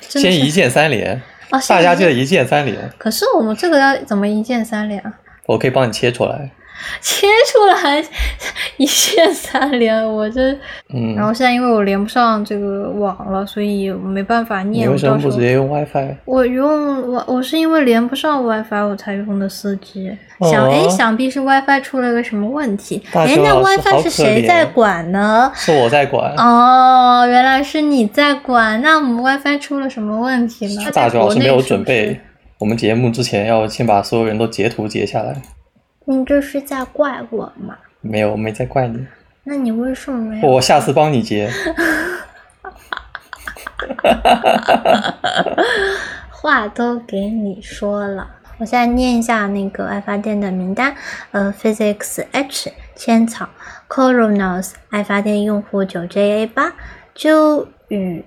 真的先是一键三 [LAUGHS] 连，啊，大家记得这一键三连，可是我们这个要怎么一键三连啊？我可以帮你切出来。切出来一键三连， [LAUGHS] 我这，嗯，然后现在因为我连不上这个网了，所以没办法你念。为我什到么时不候直接用 WiFi？我用我我是因为连不上 WiFi 我才用的四 G，想哦哎想必是 WiFi 出了个什么问题，大哎熊那老师好 WiFi 是可谁在怜管呢？是我在管。哦，原来是你在管，那我们 WiFi 出了什么问题呢？大在周老国师内没有是准不备，是，我们节目之前要先把所有人都截图截下来。你这是在怪我吗？没有，我没在怪你，那你为什么要？我下次帮 [LAUGHS] 你截。 [LAUGHS] 话都给你说了。我现在念一下那个爱发电的名单，呃，Physics H 千草，Coronos 爱发电用户九 JA 八，鸠雨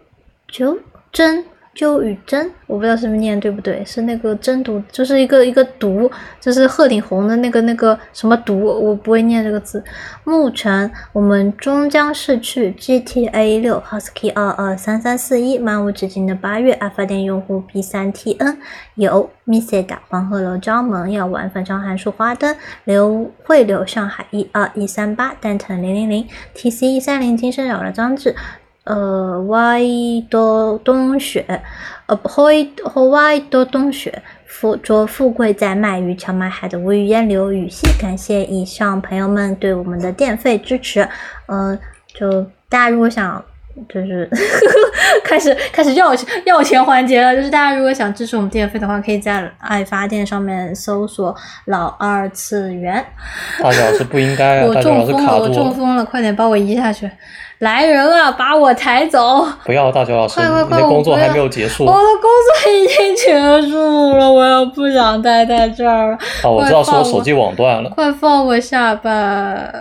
鸠真鸠雨真，我不知道是不是念对不对，是那个真读，就是一个一个读，就是鹤顶红的那个那个什么读，我不会念这个字。牧尘，我们终将逝去，GTA 六 Husky 二二三三四一，漫无止境的八月，爱发电用户 B 三 TN 有 Miseda 黄鹤楼招门药丸反常函数花灯流汇流上海一二一三八蛋疼零零零 TC 一三零今生扰了张志。呃，Y 多冬雪，呃，Hoy Hoy 多冬雪，富着富贵在卖鱼，荞麦海的无语烟柳雨溪。感谢呃以上朋友们对我们的电费支持，嗯、就大家如果想就是 [LAUGHS] 开始开始要要钱环节了。就是大家如果想支持我们电费的话，可以在爱发电上面搜索“老二次元大脚是不应”该啊，我大脚中是风卡了，我住中了，风了，快点把我移下去！来人啊，把我抬走！不要大脚老师，快快你快的工作我不要哦还没有结束我的工作已经结束了，我又不想待在这儿了，啊！我知道是快我放手机网断了。快放我下吧。